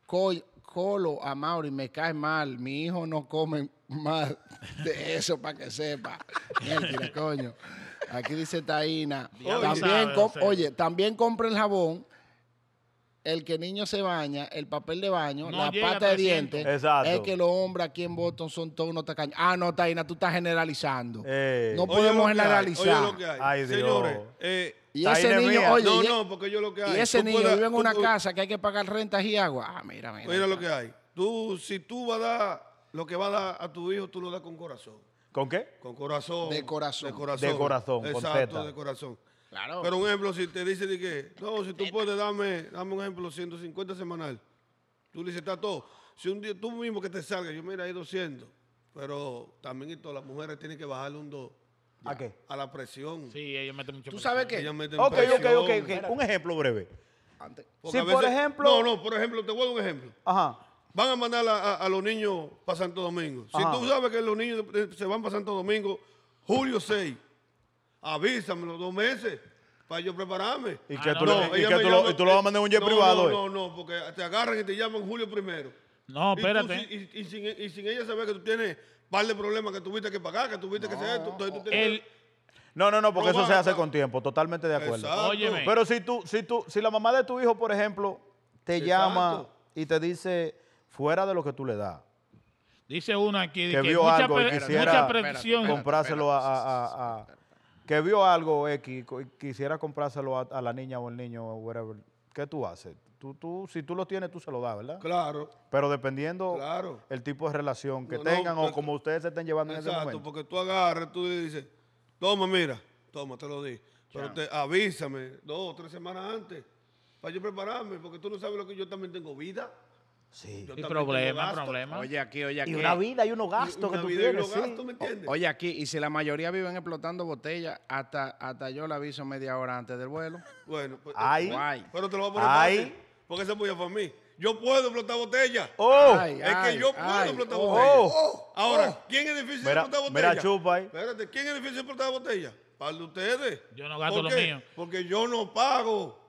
coi- colo a Mauri, me cae mal, mi hijo no come más de eso para que
*laughs*
sepa. Mierda, coño. Aquí dice Taina,
Ya lo
también
sabe,
com-
sí.
oye, también compra el jabón el que niño se baña, el papel de baño,
No
la
llega a
pata de
300.
dientes,
Exacto.
es que los hombres aquí en Boston son todos unos tacaños. Ah, no, Taina, tú estás generalizando.
Eh.
No
Oye
podemos
lo que hay,
generalizar.
Oye lo que hay.
Ay, Dios.
Señores, eh,
y ese
Taina
niño,
mía.
oye,
no,
y-
no, porque yo lo que hay.
y ese
tú
niño
puedes-
vive en
tú
una
pu-
casa que hay que pagar rentas y agua. Ah, mira, mira.
Mira lo que hay. Tú, si tú vas a dar lo que vas a dar a tu hijo, tú lo das con corazón.
¿Con qué?
Con corazón.
De corazón.
De corazón.
De corazón, con
Exacto,
teta.
de corazón.
Claro.
Pero un ejemplo, si te dice de que, no, si tú puedes dame, dame un ejemplo, 150 semanal. Tú le dices, está todo. Si un día tú mismo que te salga, yo mira, hay 200. Pero también y todas las mujeres tienen que bajarle un 2
¿A qué?
a la presión.
Sí, ellos meten mucho
¿Tú
presión.
sabes qué?
Ellas meten
Ok, ok,
presión.
ok. ok. Un ejemplo breve.
Antes-
Porque
Si,
a
por ejemplo-
No, no, por ejemplo, te voy a dar un ejemplo.
Ajá.
Van a mandar a, a- a los niños para Santo Domingo. Si
Ajá.
tú sabes que los niños eh, se van para Santo Domingo, julio 6, avísame los dos meses para yo prepararme.
¿Y
Ah,
que
no,
tú
no,
lo- y
ella
que
me
tú lo-
llama-
y tú lo vas a mandar en un jet
no,
privado? eh?
No, no, no, porque te agarran y te llaman julio primero.
No,
Y tú
espérate.
sin- Y, y sin, y sin ella saber que tú tienes par de problemas que tuviste que pagar, que tuviste que hacer esto. entonces tú tienes-
El-
No, no, no, porque
No
eso se
van a-
hace con tiempo, totalmente de acuerdo.
Exacto.
Óyeme.
Pero si tú, si tú, si la mamá de tu hijo, por ejemplo, te
Exacto.
llama y te dice fuera de lo que tú le das,
Dice uno aquí de
que
que
vio
mucha,
algo y
pre-
quisiera
mucha presión.
Espérate,
comprárselo a,
espérate,
a- a- a- que vio algo X, co- y quisiera comprárselo a, a la niña o el niño o whatever. ¿Qué tú haces? Tú, tú, si tú lo tienes, tú se lo das, ¿verdad?
Claro,
Pero dependiendo
Claro.
el tipo de relación que
No, no,
tengan o
pero-
como ustedes se estén llevando en ese
exacto,
momento.
porque tú agarras, tú le dices, toma, mira, toma, te lo di. Pero te, avísame dos o tres semanas antes para yo prepararme, porque tú no sabes lo que yo también tengo vida.
Sí.
Yo
Y
también tengo
problema,
gasto.
problema.
Oye, aquí, oye, aquí.
Ah. Y una vida y unos gastos que
Una
tú
vida y
tienes.
los
sí.
gastos, ¿me entiendes?
Oye, aquí, y si la mayoría viven explotando botellas, hasta, hasta yo la aviso media hora antes del vuelo.
Bueno, pues,
Ay.
Guay.
pero te lo voy a poner
Ay.
fácil, porque esa puya para mí. Yo puedo explotar botella.
¡Oh!
Ay,
es
ay,
que yo puedo
ay,
explotar
oh.
botella.
Oh.
Ahora, ¿quién es difícil de
Mira-
explotar botella?
mira, chupa ahí.
Espérate, ¿quién es difícil de explotar botella? Para ustedes.
Yo no gasto
¿Por
lo
qué?
mío.
Porque yo no pago.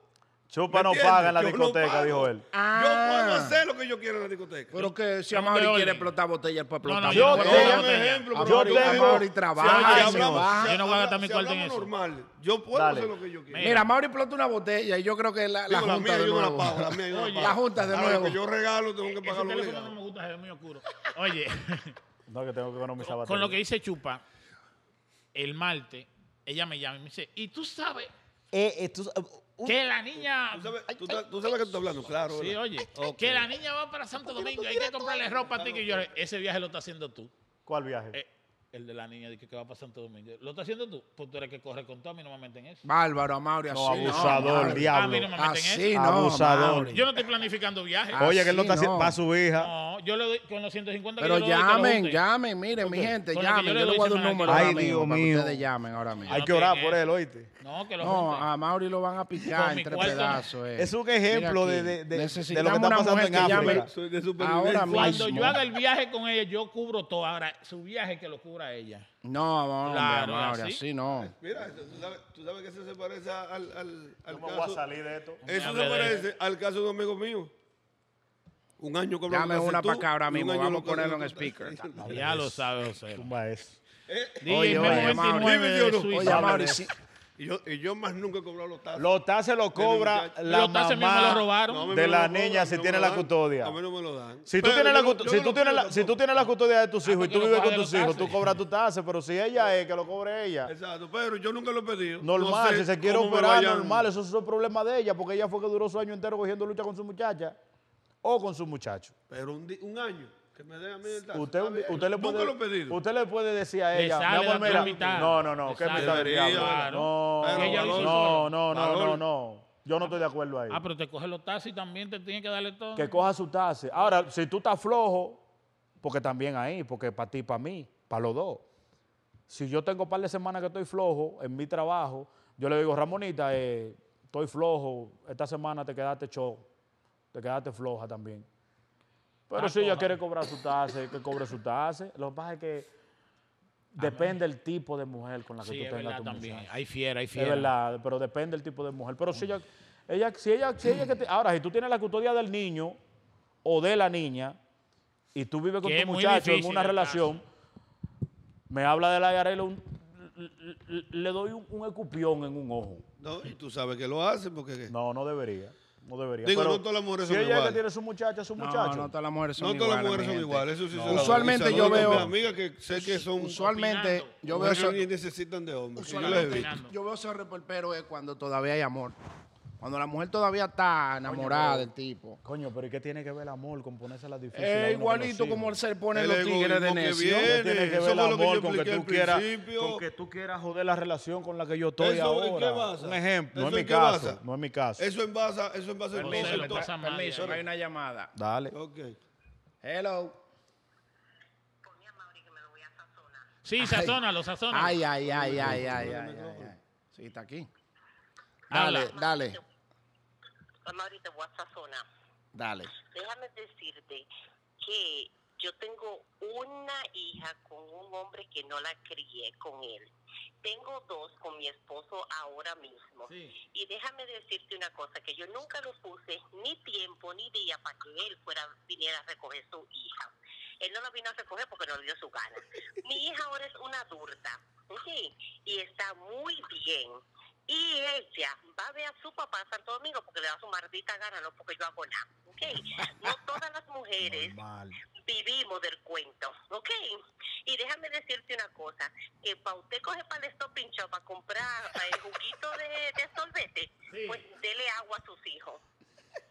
Chupa
¿Me
no
entiendes?
paga en la
Yo no
discoteca,
pago.
dijo él.
Ah.
Yo puedo hacer lo que yo quiera en la discoteca.
Pero que si
¿Dónde
Amaury
oye?
quiere explotar botellas, pues
No,
explota
no,
Yo
yo no
botellas.
puedo
tengo-
dar botella.
yo
pero
Amaury,
tengo-
Amaury,
si
trabaja,
Ay,
se
hablamos-
baja.
Yo no voy a gastar mi
si
cuarto en
hablamos
eso.
normal, yo puedo
Dale.
hacer lo que yo quiera.
Mira, Mauri explota una botella y yo creo que la, la
Digo, la
junta
mía
de
yo no la
nuevo.
pago, la mía yo no la
Oye.
pago.
La junta de
Ahora,
nuevo.
lo que yo regalo tengo que
Ese
pagarlo
teléfono no
obligado.
me gusta, es muy oscuro.
*laughs*
Oye,
No, que tengo que economizar batería.
con lo que dice Chupa, el martes, ella me llama y me dice, ¿y tú sabes que la niña...
¿Tú sabes, tú, ta- tú sabes que tú estás hablando? Claro.
Sí,
¿verdad?
oye, que la niña va para Santo Domingo y hay que comprarle ropa a ti que yo... Ese viaje lo está haciendo tú.
¿Cuál viaje?
Eh, el de la niña de que que va para Santo Domingo. ¿Lo está haciendo tú? Pues tú eres que corre con todo, a mí no me meten eso.
Bárbaro, Amaury, así
no,
no,
abusador,
Amaury.
A mí no
diablo.
me meten
Así
eso.
no,
Abusador.
Amaury.
Yo no estoy planificando viajes.
Ah,
Oye, que él no
Así
está haciendo
no.
para su hija.
No, yo le doy con los 150 que
Pero
yo le doy, que lo
llamen,
boten.
llamen, miren, mi gente,
con lo que
llamen.
yo le
Yo le
doy
voy a dar un
semanal.
número ahora
Ay,
mismo
Dios
para que
mío.
ustedes llamen ahora mismo.
Hay
no
que orar
tiene
por
eso.
él, oíste.
No, que lo
No, ah,
junten.
a Mauri lo van a picar
Con mi
entre
cuarto.
pedazos. eh.
Es un ejemplo de- de- de- de lo que
Necesitamos
está
una
pasando
mujer
en
que
África.
llame
Soy de supervivencia.
Ahora
Cuando
mismo.
yo haga el viaje con ella, yo cubro todo. Ahora, su viaje que lo cubra ella.
No, hombre,
Claro,
Amaury,
así.
así no.
Mira, tú sabes, tú sabes que eso se parece al, al, al
¿Cómo
caso.
de esto?
Eso
Hombre,
se
de-
parece al caso de un amigo mío. Un año con
Dame una para acá ahora mismo. Vamos a ponerlo en speaker.
Ya lo sabe, José.
Tumba eso.
DJ
Oye,
Memo
oye,
29
Mauri.
de
Oye,
Oye,
Suiza.
Amaury, sí.
Y yo, y yo más nunca he cobrado los tazos.
Los tases los cobra
muchacho.
la
Los tases mismos
mamá
los robaron.
a mí
de
me
la
lo cobran,
niña si
no
tiene
me
la
lo dan.
custodia.
A mí no me lo dan.
Si tú,
Pero
tienes la,
yo no-
custo-
yo
si,
no
tú
lo
tienes la-
cobro
si tú
tampoco.
tienes la custodia de tus hijos y
porque
tú
Ah, lo
vives con
pagan
tus
los
hijos, tú
tases.
cobras tu tasa, pero si ella es que lo cobre ella.
Exacto, pero yo nunca lo he pedido.
Normal,
No sé
si se quiere
cómo me
operar,
vayan-
normal, eso es un problema de ella, porque ella fue que duró su año entero cogiendo lucha con su muchacha o con su muchacho.
Pero un, di- un año que me den a mí el tazo.
Usted,
está bien.
usted le
Nunca
puede,
lo he pedido.
Usted le puede decir a
Le
ella,
sale
mi amor,
la
mira,
mitad.
no, no, no,
Le
¿qué
sale.
mitad del
Debería,
diablo?
claro.
No,
Pero
no,
ella lo hizo
no,
sola.
no, no,
Valor.
no, no. yo no estoy de acuerdo ahí.
Ah, pero te coge los taxis y también te tiene que darle todo.
Que coja su tasa. Ahora, si tú estás flojo, porque también ahí, porque para ti, para mí, para los dos. Si yo tengo un par de semanas que estoy flojo en mi trabajo, yo le digo, Ramonita, eh, estoy flojo, esta semana te quedaste show, te quedaste floja también. Pero
Ah,
si ella
coja.
quiere cobrar su tasa, que cobre su tasa. Lo que pasa es que depende el tipo de mujer con la que
Sí,
tú
es
tengas
verdad
tu
también.
muchacha.
Hay fiera, hay
Es
fiera.
verdad, pero depende del tipo de mujer. Pero si ella, ella, si ella, si ella que te- ahora, si tú tienes la custodia del niño o de la niña y tú vives con
Que es
tu
muy
muchacho en
difícil
una
el
relación, me habla de la IRA y le, le doy un, un escupión en un ojo.
No, y tú sabes que lo hacen porque.
No, no debería. No debería.
Digo,
pero
no todas las mujeres
si
son
ella es que
iguales.
tiene su muchacha, su
No,
muchacho.
no todas las mujeres son
No todas las
iguales,
mujeres
mi
son
gente.
iguales, eso sí se lo
Usualmente
doy. Y
yo
saludo a
veo-
mis amigas que sé que son
Usualmente,
Opinando.
yo veo,
mujeres
eso,
que necesitan de hombres. que yo
usualmente-
las he visto.
Opinando.
yo veo esos reperperos es cuando todavía hay amor. Cuando la mujer todavía está enamorada del tipo.
Coño, pero ¿y qué tiene que ver el amor con ponerse las difíciles? a uno
Es
con
igualito
los
como
hijos?
el ser pone
El
los tigres de
egoísmo que
necio.
viene,
tiene que
eso
ver el
fue lo que yo
amor con que
expliqué
tú
al
quieras
principio.
con que tú quieras joder la relación con la que yo estoy
Eso, ¿en qué
ahora.
basa?
Un ejemplo, no es
¿Eso
mi
en qué
caso,
basa?
no es mi caso.
Eso en base, eso en base al
Permiso,
concepto.
pasa mal,
Permiso,
ya.
que hay una llamada.
Dale.
Ok.
Hello.
Sí, sazónalo, sazónalo.
Ay, ay, ay, ay, ay, ay, ay, ay. Sí, está aquí.
Habla.
Dale, dale,
Mamá, ahorita voy a sazonar.
dale.
Déjame decirte que yo tengo una hija con un hombre que no la crié con él. Tengo dos con mi esposo ahora mismo. Y déjame decirte una cosa, que yo nunca lo puse ni tiempo ni día para que él fuera, viniera a recoger su hija. Él no la vino a recoger porque no le dio su gana. Mi hija ahora es una adulta, ¿sí? Y está muy bien. Y ella va a ver a su papá en Santo Domingo porque le da su maldita gana, no porque yo hago nada, ¿ok? No todas las mujeres vivimos del cuento, ¿ok? Y déjame decirte una cosa, que para usted coge para el Stop and Shop para comprar eh, juguito de, de sorbete, pues dele agua a sus hijos.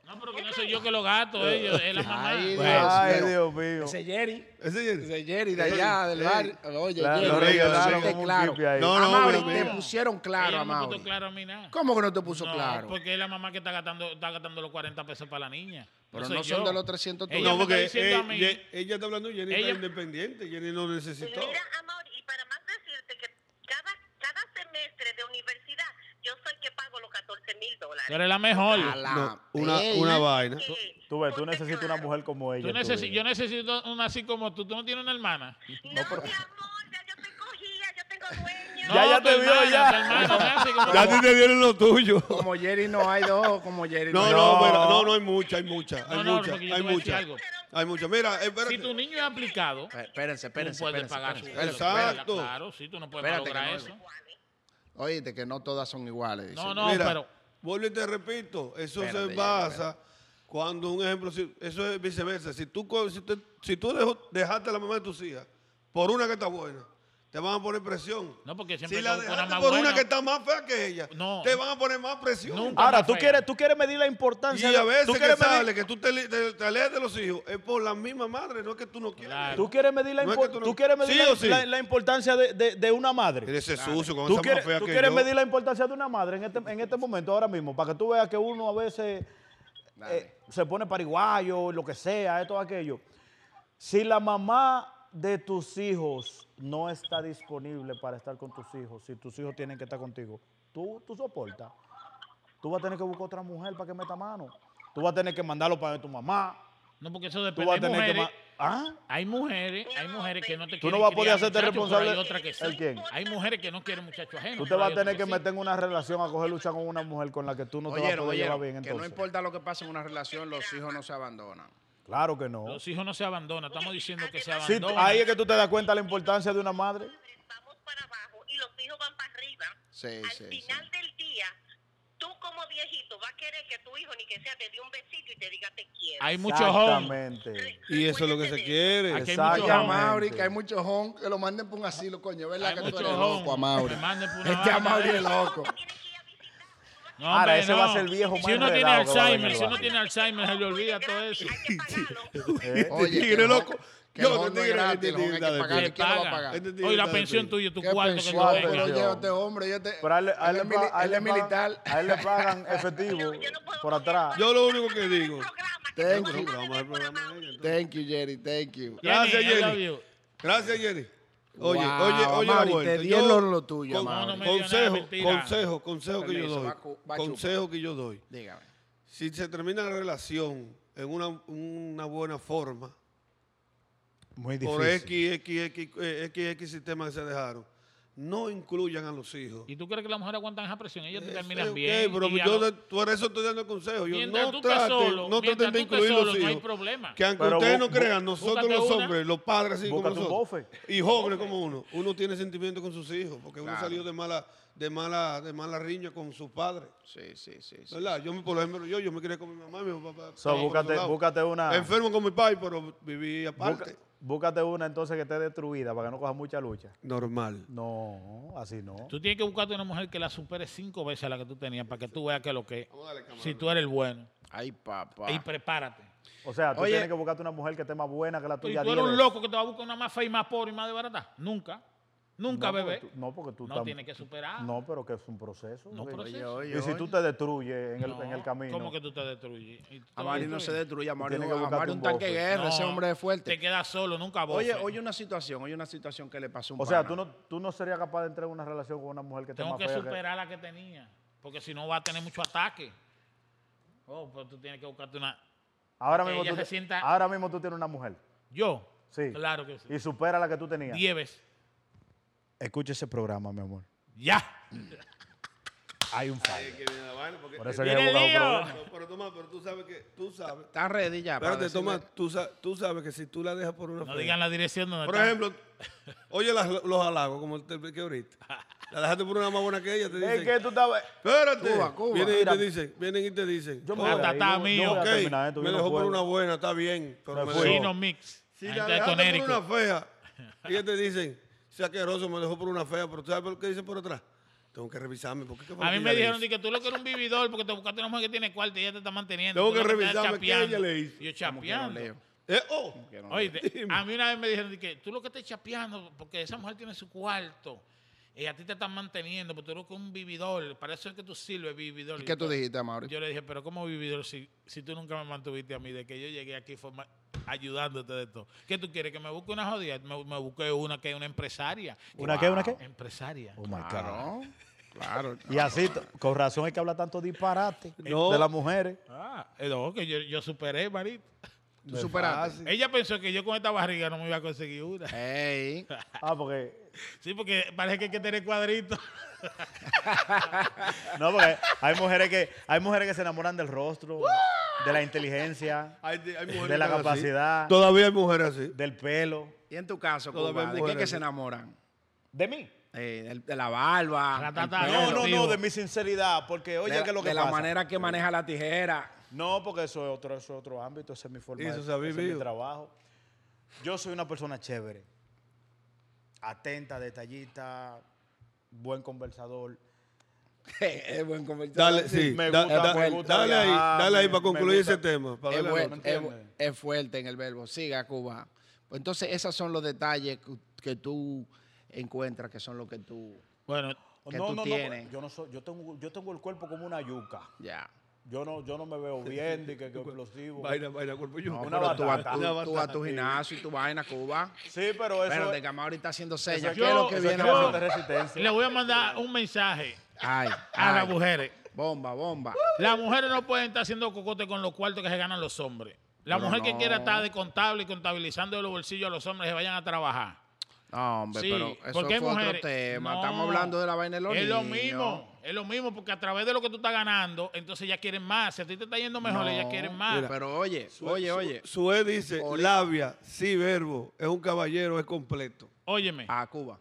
No, pero que no soy yo que lo gato, ellos,
*laughs*
es la mamá.
Eh, Ay,
Bueno,
Dios,
Ay,
mío.
Dios mío.
Ese Jerry.
Ese es-
Ese Jerry de allá, del bar. Oye,
Claro,
Jerry,
lo regalaron
pusiste
como un
claro.
pipe ahí.
No, no,
Amaury,
pero
te
mira.
pusieron claro,
ella no me
Amaury.
puso claro a mí nada.
¿Cómo que no te puso
No,
claro?
porque es la mamá que está gastando, está gastando los 40 pesos para la niña.
Pero
soy
no son
yo.
de los 300 tuyos.
Ella
No,
me está
porque
diciendo a
eh,
mí-
Ye- ella está hablando, Jenny
Ella-
está independiente, Jenny no necesitó.
Mira, amor, y para más decirte que cada, cada semestre de universidad yo soy que pago los 14 mil
Tú
dólares.
eres la mejor.
A la-
No, una,
Ey,
una vaina.
Eh,
Tú ves, tú
ponte
necesitas una
claro.
mujer como ella.
Tú
en tu
necesi-
vida.
yo necesito una así como tú. ¿Tú no tienes una hermana?
No, mi amor, ya yo te cogía, yo tengo dueño.
Ya, ya
tu
te vio,
hermana,
ya.
tu hermana, no seas así como-
Ya a ti te dieron lo tuyo.
Como Jerry no hay dos, como Jerry
No,
hay
no,
dos.
mira, no, no hay mucha, hay mucha, hay
No, no,
mucha,
porque yo
hay
te voy a decir
mucha.
algo.
Hay mucha. Mira, espérate.
Si tu niño es aplicado,
Eh, Espérense,
tú
espérense.
puedes
espérense,
pagar su
espérense,
sueldo.
espérense.
Exacto.
Claro, sí, tú no puedes
Espérate que
lograr
no
eso.
es- Oíste, que no todas son iguales.
No,
dice.
no,
Mira,
pero...
Vuelvo y te repito, eso
Espérate,
se
ya,
basa cuando un ejemplo, si- eso es viceversa. Si tú, co- si te- si tú dejó- dejaste a la mamá de tus hijas por una que está buena, te van a poner presión.
No, porque siempre
si la
con- con una
dejaste
más
por
buena.
una que está más fea que ella,
No.
te van a poner más presión.
Nunca.
Ahora,
más
tú
fea.
quieres, tú quieres medir la
Y
importancia.
a
de- tú
veces que
quieres medir-
sale que tú te, li- te- te alejas de los hijos es por la misma madre, no es que tú no quieras.
Claro.
Tú quieres medir la,
No es
impo-
que tú no-
tú quieres medir
Sí
la-
o sí.
la- la importancia de, de- de una madre.
Eres ese sucio con
¿Tú
esa más
quieres,
fea
tú
que
quieres
yo.
medir la importancia de una madre en este, en este momento, ahora mismo, para que tú veas que uno a veces eh, se pone pariguayo, lo que sea, esto, aquello. Si la mamá de tus hijos no está disponible para estar con tus hijos, si tus hijos tienen que estar contigo, tú, tú soportas. Tú vas a tener que buscar otra mujer para que meta mano. Tú vas a tener que mandarlo para tu mamá.
No, porque eso
Tú
depende.
vas a
Hay
tener que...
mujeres,
ma- ¿Ah?
hay mujeres, hay mujeres que no te
Tú
quieren
no vas a poder
criar
hacerte
muchachos, pero
responsable.
Hay otras que sí.
¿El quién?
Hay mujeres que no quieren muchachos ajenos.
Tú te
pero
vas
hay
a tener
otras
que
sí.
meter en una relación a coger lucha con una mujer con la que tú no te vas a
Oyeron,
poder llevar
oyeron,
bien.
que no
Entonces,
importa lo que pase en una relación, los hijos no se abandonan.
claro que no.
Los hijos no se abandonan. Estamos diciendo que se
Sí,
abandonan.
ahí es que tú te das cuenta de la importancia de una madre.
Vamos para abajo y los hijos van para arriba.
Sí,
Al
sí,
final del día, tú como viejito vas a querer que tu hijo ni que sea te dé un besito y te diga te quiero.
Hay muchos hombres.
Exactamente.
Y eso es lo que se quiere.
Aquí hay
Exacto.
muchos
Oye,
hombres.
Amaury, que hay muchos hon que lo manden por un asilo, coño. ¿Verdad
Hay
que tú
muchos
eres
hon
loco, Amaury?
que manden por una
*laughs* Este
vaina,
Amaury
¿eh?
es loco.
No,
Ahora,
hombre,
ese
no.
va a ser el viejo más
Si uno tiene
enredado que va a
Alzheimer,
venir.
si uno tiene Alzheimer, se le olvida todo eso.
Hay
*laughs*
que pagarlo.
Oye,
tigre
que el hon-
loco.
que
Yo
el
no
hon no es
tigre,
gratis, el
este
hon hay
tigre
que
está
pagarlo.
Se
¿Y ¿Quién lo va a
paga.
pagar?
Este tío
Hoy la
está de
pensión
pinta.
tuya, tu
¿Qué
cuarto que tú
pensión? Pero
venga.
lleva
tengas.
este hombre. y este-
Pero a él, le- a él
él
le
es mili-
pa- a él
él es
le pa-
militar.
a él le
*laughs*
pagan efectivo
Yo no puedo
por
comer
atrás.
pan.
Yo lo único que digo.
Programa, que
Thank
no
you.
van a
Vamos
ver
al programa de
programa.
ella, entonces.
Thank you, Jerry. Thank you.
Gracias,
I love
Jenny.
you.
Gracias, Jerry. Oye,
Wow,
oye, oye,
Amaury,
la vuelta.
te dieron
Yo-
lo tuyo, Amaury.
No, no me dio nada,
consejo,
mentira.
consejo, consejo que
Permiso,
yo doy.
va cu- va
Consejo que yo doy.
Dígame.
Si se termina la relación en una, una buena forma,
Muy
por X, X, X, eh, X, X sistema que se dejaron, no incluyan a los hijos.
¿Y tú crees que las mujeres aguantan esa presión? Ellas te
Eso
terminan
es ok,
bien.
pero
y a lo-
yo de- por eso estoy dando consejo. Yo
Mientras tú
no
estés
traten,
solo,
no traten
mientras
de
tú estés
incluir los
solo, no hay
hijos.
problema.
Que aunque
Pero
ustedes
bu-
no
bu-
crean, nosotros
búscate
los
una.
hombres, los padres así como
Búscate un
nosotros.
bofe.
Y jóvenes como uno. Uno tiene sentimientos con sus hijos, porque uno
Claro.
salió de mala, de mala, de mala riña con sus padres.
Sí, sí, sí. sí.
¿Verdad? Yo, me- por ejemplo, yo, yo me crié con mi mamá y mi papá.
So,
por
búscate-
otro lado.
búscate una-
Enfermo con mi padre, pero viví
Busca-
aparte.
búscate una entonces que esté destruida para que no coja mucha lucha.
Normal.
No, así no.
Tú tienes que buscarte una mujer que la supere cinco veces a la que tú tenías para que tú veas que lo que es.
Vamos a darle cámara.
Si tú eres el bueno.
Ay, papá.
Y prepárate.
O sea, tú
Oye.
tienes que buscarte una mujer que esté más buena que la
Y
tuya.
tú eres
diez
un
veces.
loco que te va a buscar una más fea y más pobre y más de barata. Nunca. Nunca,
No, porque
bebé.
tú- no, porque tú
No
tam-
tienes que superar.
No, pero que es un proceso.
No,
porque-
pero-
Oye, oye,
y si
oye.
tú te destruyes en el, en el
No,
camino.
¿Cómo que tú te destruyes? Y tú te
A Mari no
destruyes.
se destruye, a Mari
Tiene que
a
buscarte
Mari
un
un tanque de
bofe.
guerra, ese
No,
hombre es
Te
fuerte.
quedas solo, nunca vos.
Oye, oye una situación, oye una situación que le pasó a un
o sea,
pana.
tú no, tú no serías capaz de entrar en una relación con una mujer que esté
Tengo
este más
que
fea que-
superar la que tenía. Porque si no va a tener mucho ataque. Oh, pero tú tienes que buscarte una.
Ahora
que
mismo,
ella
tú
se
te-
sienta-
ahora mismo tú tienes una mujer.
Yo.
Sí.
Claro que sí.
Y supera la que tú tenías.
Diez veces.
Escucha ese programa, mi amor.
Ya.
Hay un fallo.
Ahí es que viene la vaina, porque-
Por eso que
Viene
he
el
buscado
lío.
problemas.
Pero, pero, Tomás, pero tú sabes que, tú sabes.
Está ready ya. Ah, para
Espérate,
decirle-
Tomás, tú, sa- tú sabes que si tú la dejas por una
No
fea-
digan la dirección donde
Por
están.
ejemplo, oye las- los halagos, como te expliqué ahorita. La dejaste por una más buena que ella, te dicen.
Es que tú estabas...
Espérate.
Cuba, Cuba.
Vienen y
Mira.
te dicen, vienen y te dicen.
Yo me
Ah,
voy
está-
a ir,
está
yo- yo
mío.
voy a
ok,
terminar esto, yo
me
no
dejó por
puedo.
una buena, está bien. Pero
Me
me
fui.
dejó.
Pues Chino Mix.
Si
La
la
gente de
dejaste por
Conérico.
una fea, ellos te dicen, sea asqueroso, me dejó por una fea, pero ¿tú sabes por qué dicen por atrás? Tengo que revisarme. ¿por qué? ¿Qué fue
A
que
mí me
ella le
dijeron
hizo?
di que tú lo que eres un vividor porque te buscaste una mujer que tiene cuarto y ella te está manteniendo.
Tengo
Tú lo
que
estás
revisarme, ¿qué
chapeando.
ella le
Yo
hizo?
Como que no
chapeando.
leo,
Eh, oh,
que no
Oye,
leo.
te- a mí una vez me dijeron de que tú lo que estás chapeando, porque esa mujer tiene su cuarto, y a ti te están manteniendo, pero tú eres que un vividor, para eso es que tú sirves, vividor.
¿Y ¿Qué tú
Yo-
dijiste, Mauri?
Yo le dije, pero ¿cómo vividor si, si tú nunca me mantuviste a mí, de que yo llegué aquí fue ma- ayudándote de todo? ¿Qué tú quieres? ¿Que me busque una jodida? Me, me busqué una que es una empresaria.
¿Una qué, una qué?
Empresaria.
Oh, my God.
Claro,
*laughs*
claro.
Y así, t- con razón hay que hablar tanto disparate
No.
de las mujeres.
Ah, eh, no, que yo, yo superé, marito.
Tú superaste.
fácil.
Ella pensó que yo con esta barriga no me iba a conseguir una.
Ey.
Ah, porque.
Sí, porque parece que hay que tener cuadritos.
No, porque hay mujeres que, hay mujeres que se enamoran del rostro, de la inteligencia,
Hay- hay mujeres
de la
que están así.
capacidad,
Todavía hay mujeres así.
del pelo.
Y en tu caso,
Todo
Cuba,
bien,
¿de qué
mujeres,
que
¿sí?
se enamoran?
¿De mí?
Eh, del- de la barba.
Ah,
La
el
Ah,
tata-
pelo,
No, no,
Digo.
no, de mi sinceridad, porque
de
oye,
la-
que lo que
de la
pasa.
manera que maneja la tijera. *laughs*
No, porque eso es otro, eso es otro ámbito, esa es mi forma
Eso
de
se ha
ese es mi
vivido.
trabajo. Yo soy una persona chévere, atenta, detallista, buen conversador.
es buen conversador.
Dale, sí.
me
da-
gusta,
da-
me gusta
dale ahí,
viajar,
dale ahí
me-
para
me
concluir
gusta-
ese tema. para
es,
darle
buen-
la nota.
¿me
es-
entiendes?
es fuerte en el verbo. Siga, Cuba. Pues entonces, esos son los detalles que, que tú encuentras, que son los que tú.
Bueno,
que tú tienes.
yo no soy, yo tengo, yo tengo el cuerpo como una yuca.
Ya.
Yo no, yo no me veo bien, de que, que explosivo.
Vaina, vaina, cuerpo y
No,
Una
pero tú, vas-
batata.
tú-
Una
tú vas a tu
batata.
gimnasio y tu vaina, Cuba.
Sí, pero eso.
Espérate,
es-
que Amaury está haciendo
eso
sellos.
es-
¿Qué es lo
eso
que
es
viene
creación
ahora?
de resistencia.
le voy a mandar un mensaje
Ay,
a las
ay.
mujeres.
Bomba, bomba.
Las mujeres no pueden estar haciendo cocote con los cuartos que se ganan los hombres. La
Pero
mujer que
no.
quiera estar de contable y contabilizando de los bolsillos a los hombres se vayan a trabajar.
No, hombre,
Sí,
pero eso
porque
fue
hay mujeres-
otro tema.
No,
Estamos hablando de la vaina de los
Es lo
niños.
mismo, es lo mismo, porque a través de lo que tú estás ganando, entonces ya quieren más. Si a ti te está yendo mejor,
No,
ellas quieren más.
mira, pero oye, oye, oye.
Sue dice,
Ori-
labia, sí, verbo, es un caballero, es completo.
óyeme,
A Cuba.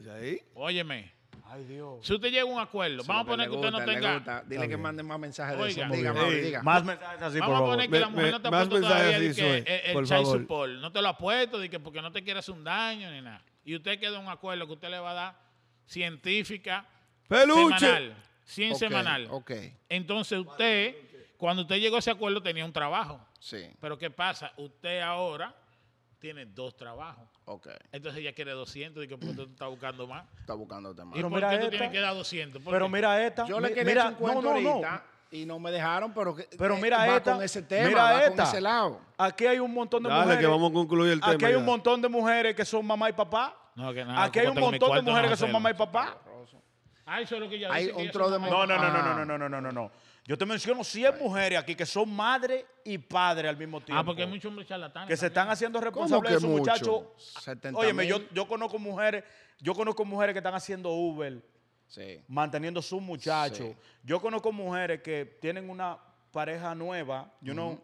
¿Es ahí?
óyeme.
Ay, Dios.
Si usted llega a un acuerdo, vamos a poner que usted no
le
tenga...
gusta. Dile que mande más mensajes de
Oiga.
eso. Diga, Mauri,
Ey,
diga.
Más mensajes así, por
Vamos a
favor.
poner
Me-
que la mujer
me-
no te ha
más
puesto
mensajes
todavía de
así,
que
Zoe,
eh, el
por
child
favor.
support. No te lo ha puesto de que porque no te quiere hacer un daño ni nada. Y usted queda en un acuerdo que usted le va a dar científica
¡Peluche!
semanal. 100
Ok,
semanal.
Ok,
Entonces usted, cuando usted llegó a ese acuerdo, tenía un trabajo.
sí,
Pero ¿qué pasa? Usted ahora tiene dos trabajos.
ok.
Entonces ella quiere 200 y que porque tú estás buscando más.
Está buscando tema.
Pero
¿Por
mira
qué tú
esta.
tienes que dar 200? ¿Por
Pero
qué?
mira esta.
Yo le
mi-
quería
mira,
echar un cuento
no, no, no.
ahorita y no me dejaron, pero, que-
Pero
eh,
mira
va
esta.
con ese tema,
mira
va
esta.
con ese lado.
Aquí hay un montón de
Dale,
mujeres.
que vamos a concluir el tema
Aquí hay
ya.
un montón de mujeres que son mamá y papá.
No, que nada,
Aquí hay un
cómprate mi
montón de
cuarto, no
mujeres que
hacerlo.
son mamá y papá.
Ah, eso es lo que ya
Hay
dice, que
un
ya
tro
son
de
mamá.
No, no, no, no,
Ah.
no, no, no, no, no, no. Yo te menciono 100 mujeres aquí que son madre y padre al mismo tiempo.
Ah, porque hay muchos hombres charlatanes.
que se
también.
están haciendo
¿Cómo
responsables
que
de sus
mucho?
muchachos.
70
Óyeme, yo,
mil.
yo conozco mujeres, yo conozco mujeres que están haciendo Uber,
Sí.
manteniendo sus muchachos.
Sí.
Yo conozco mujeres que tienen una pareja nueva, you know,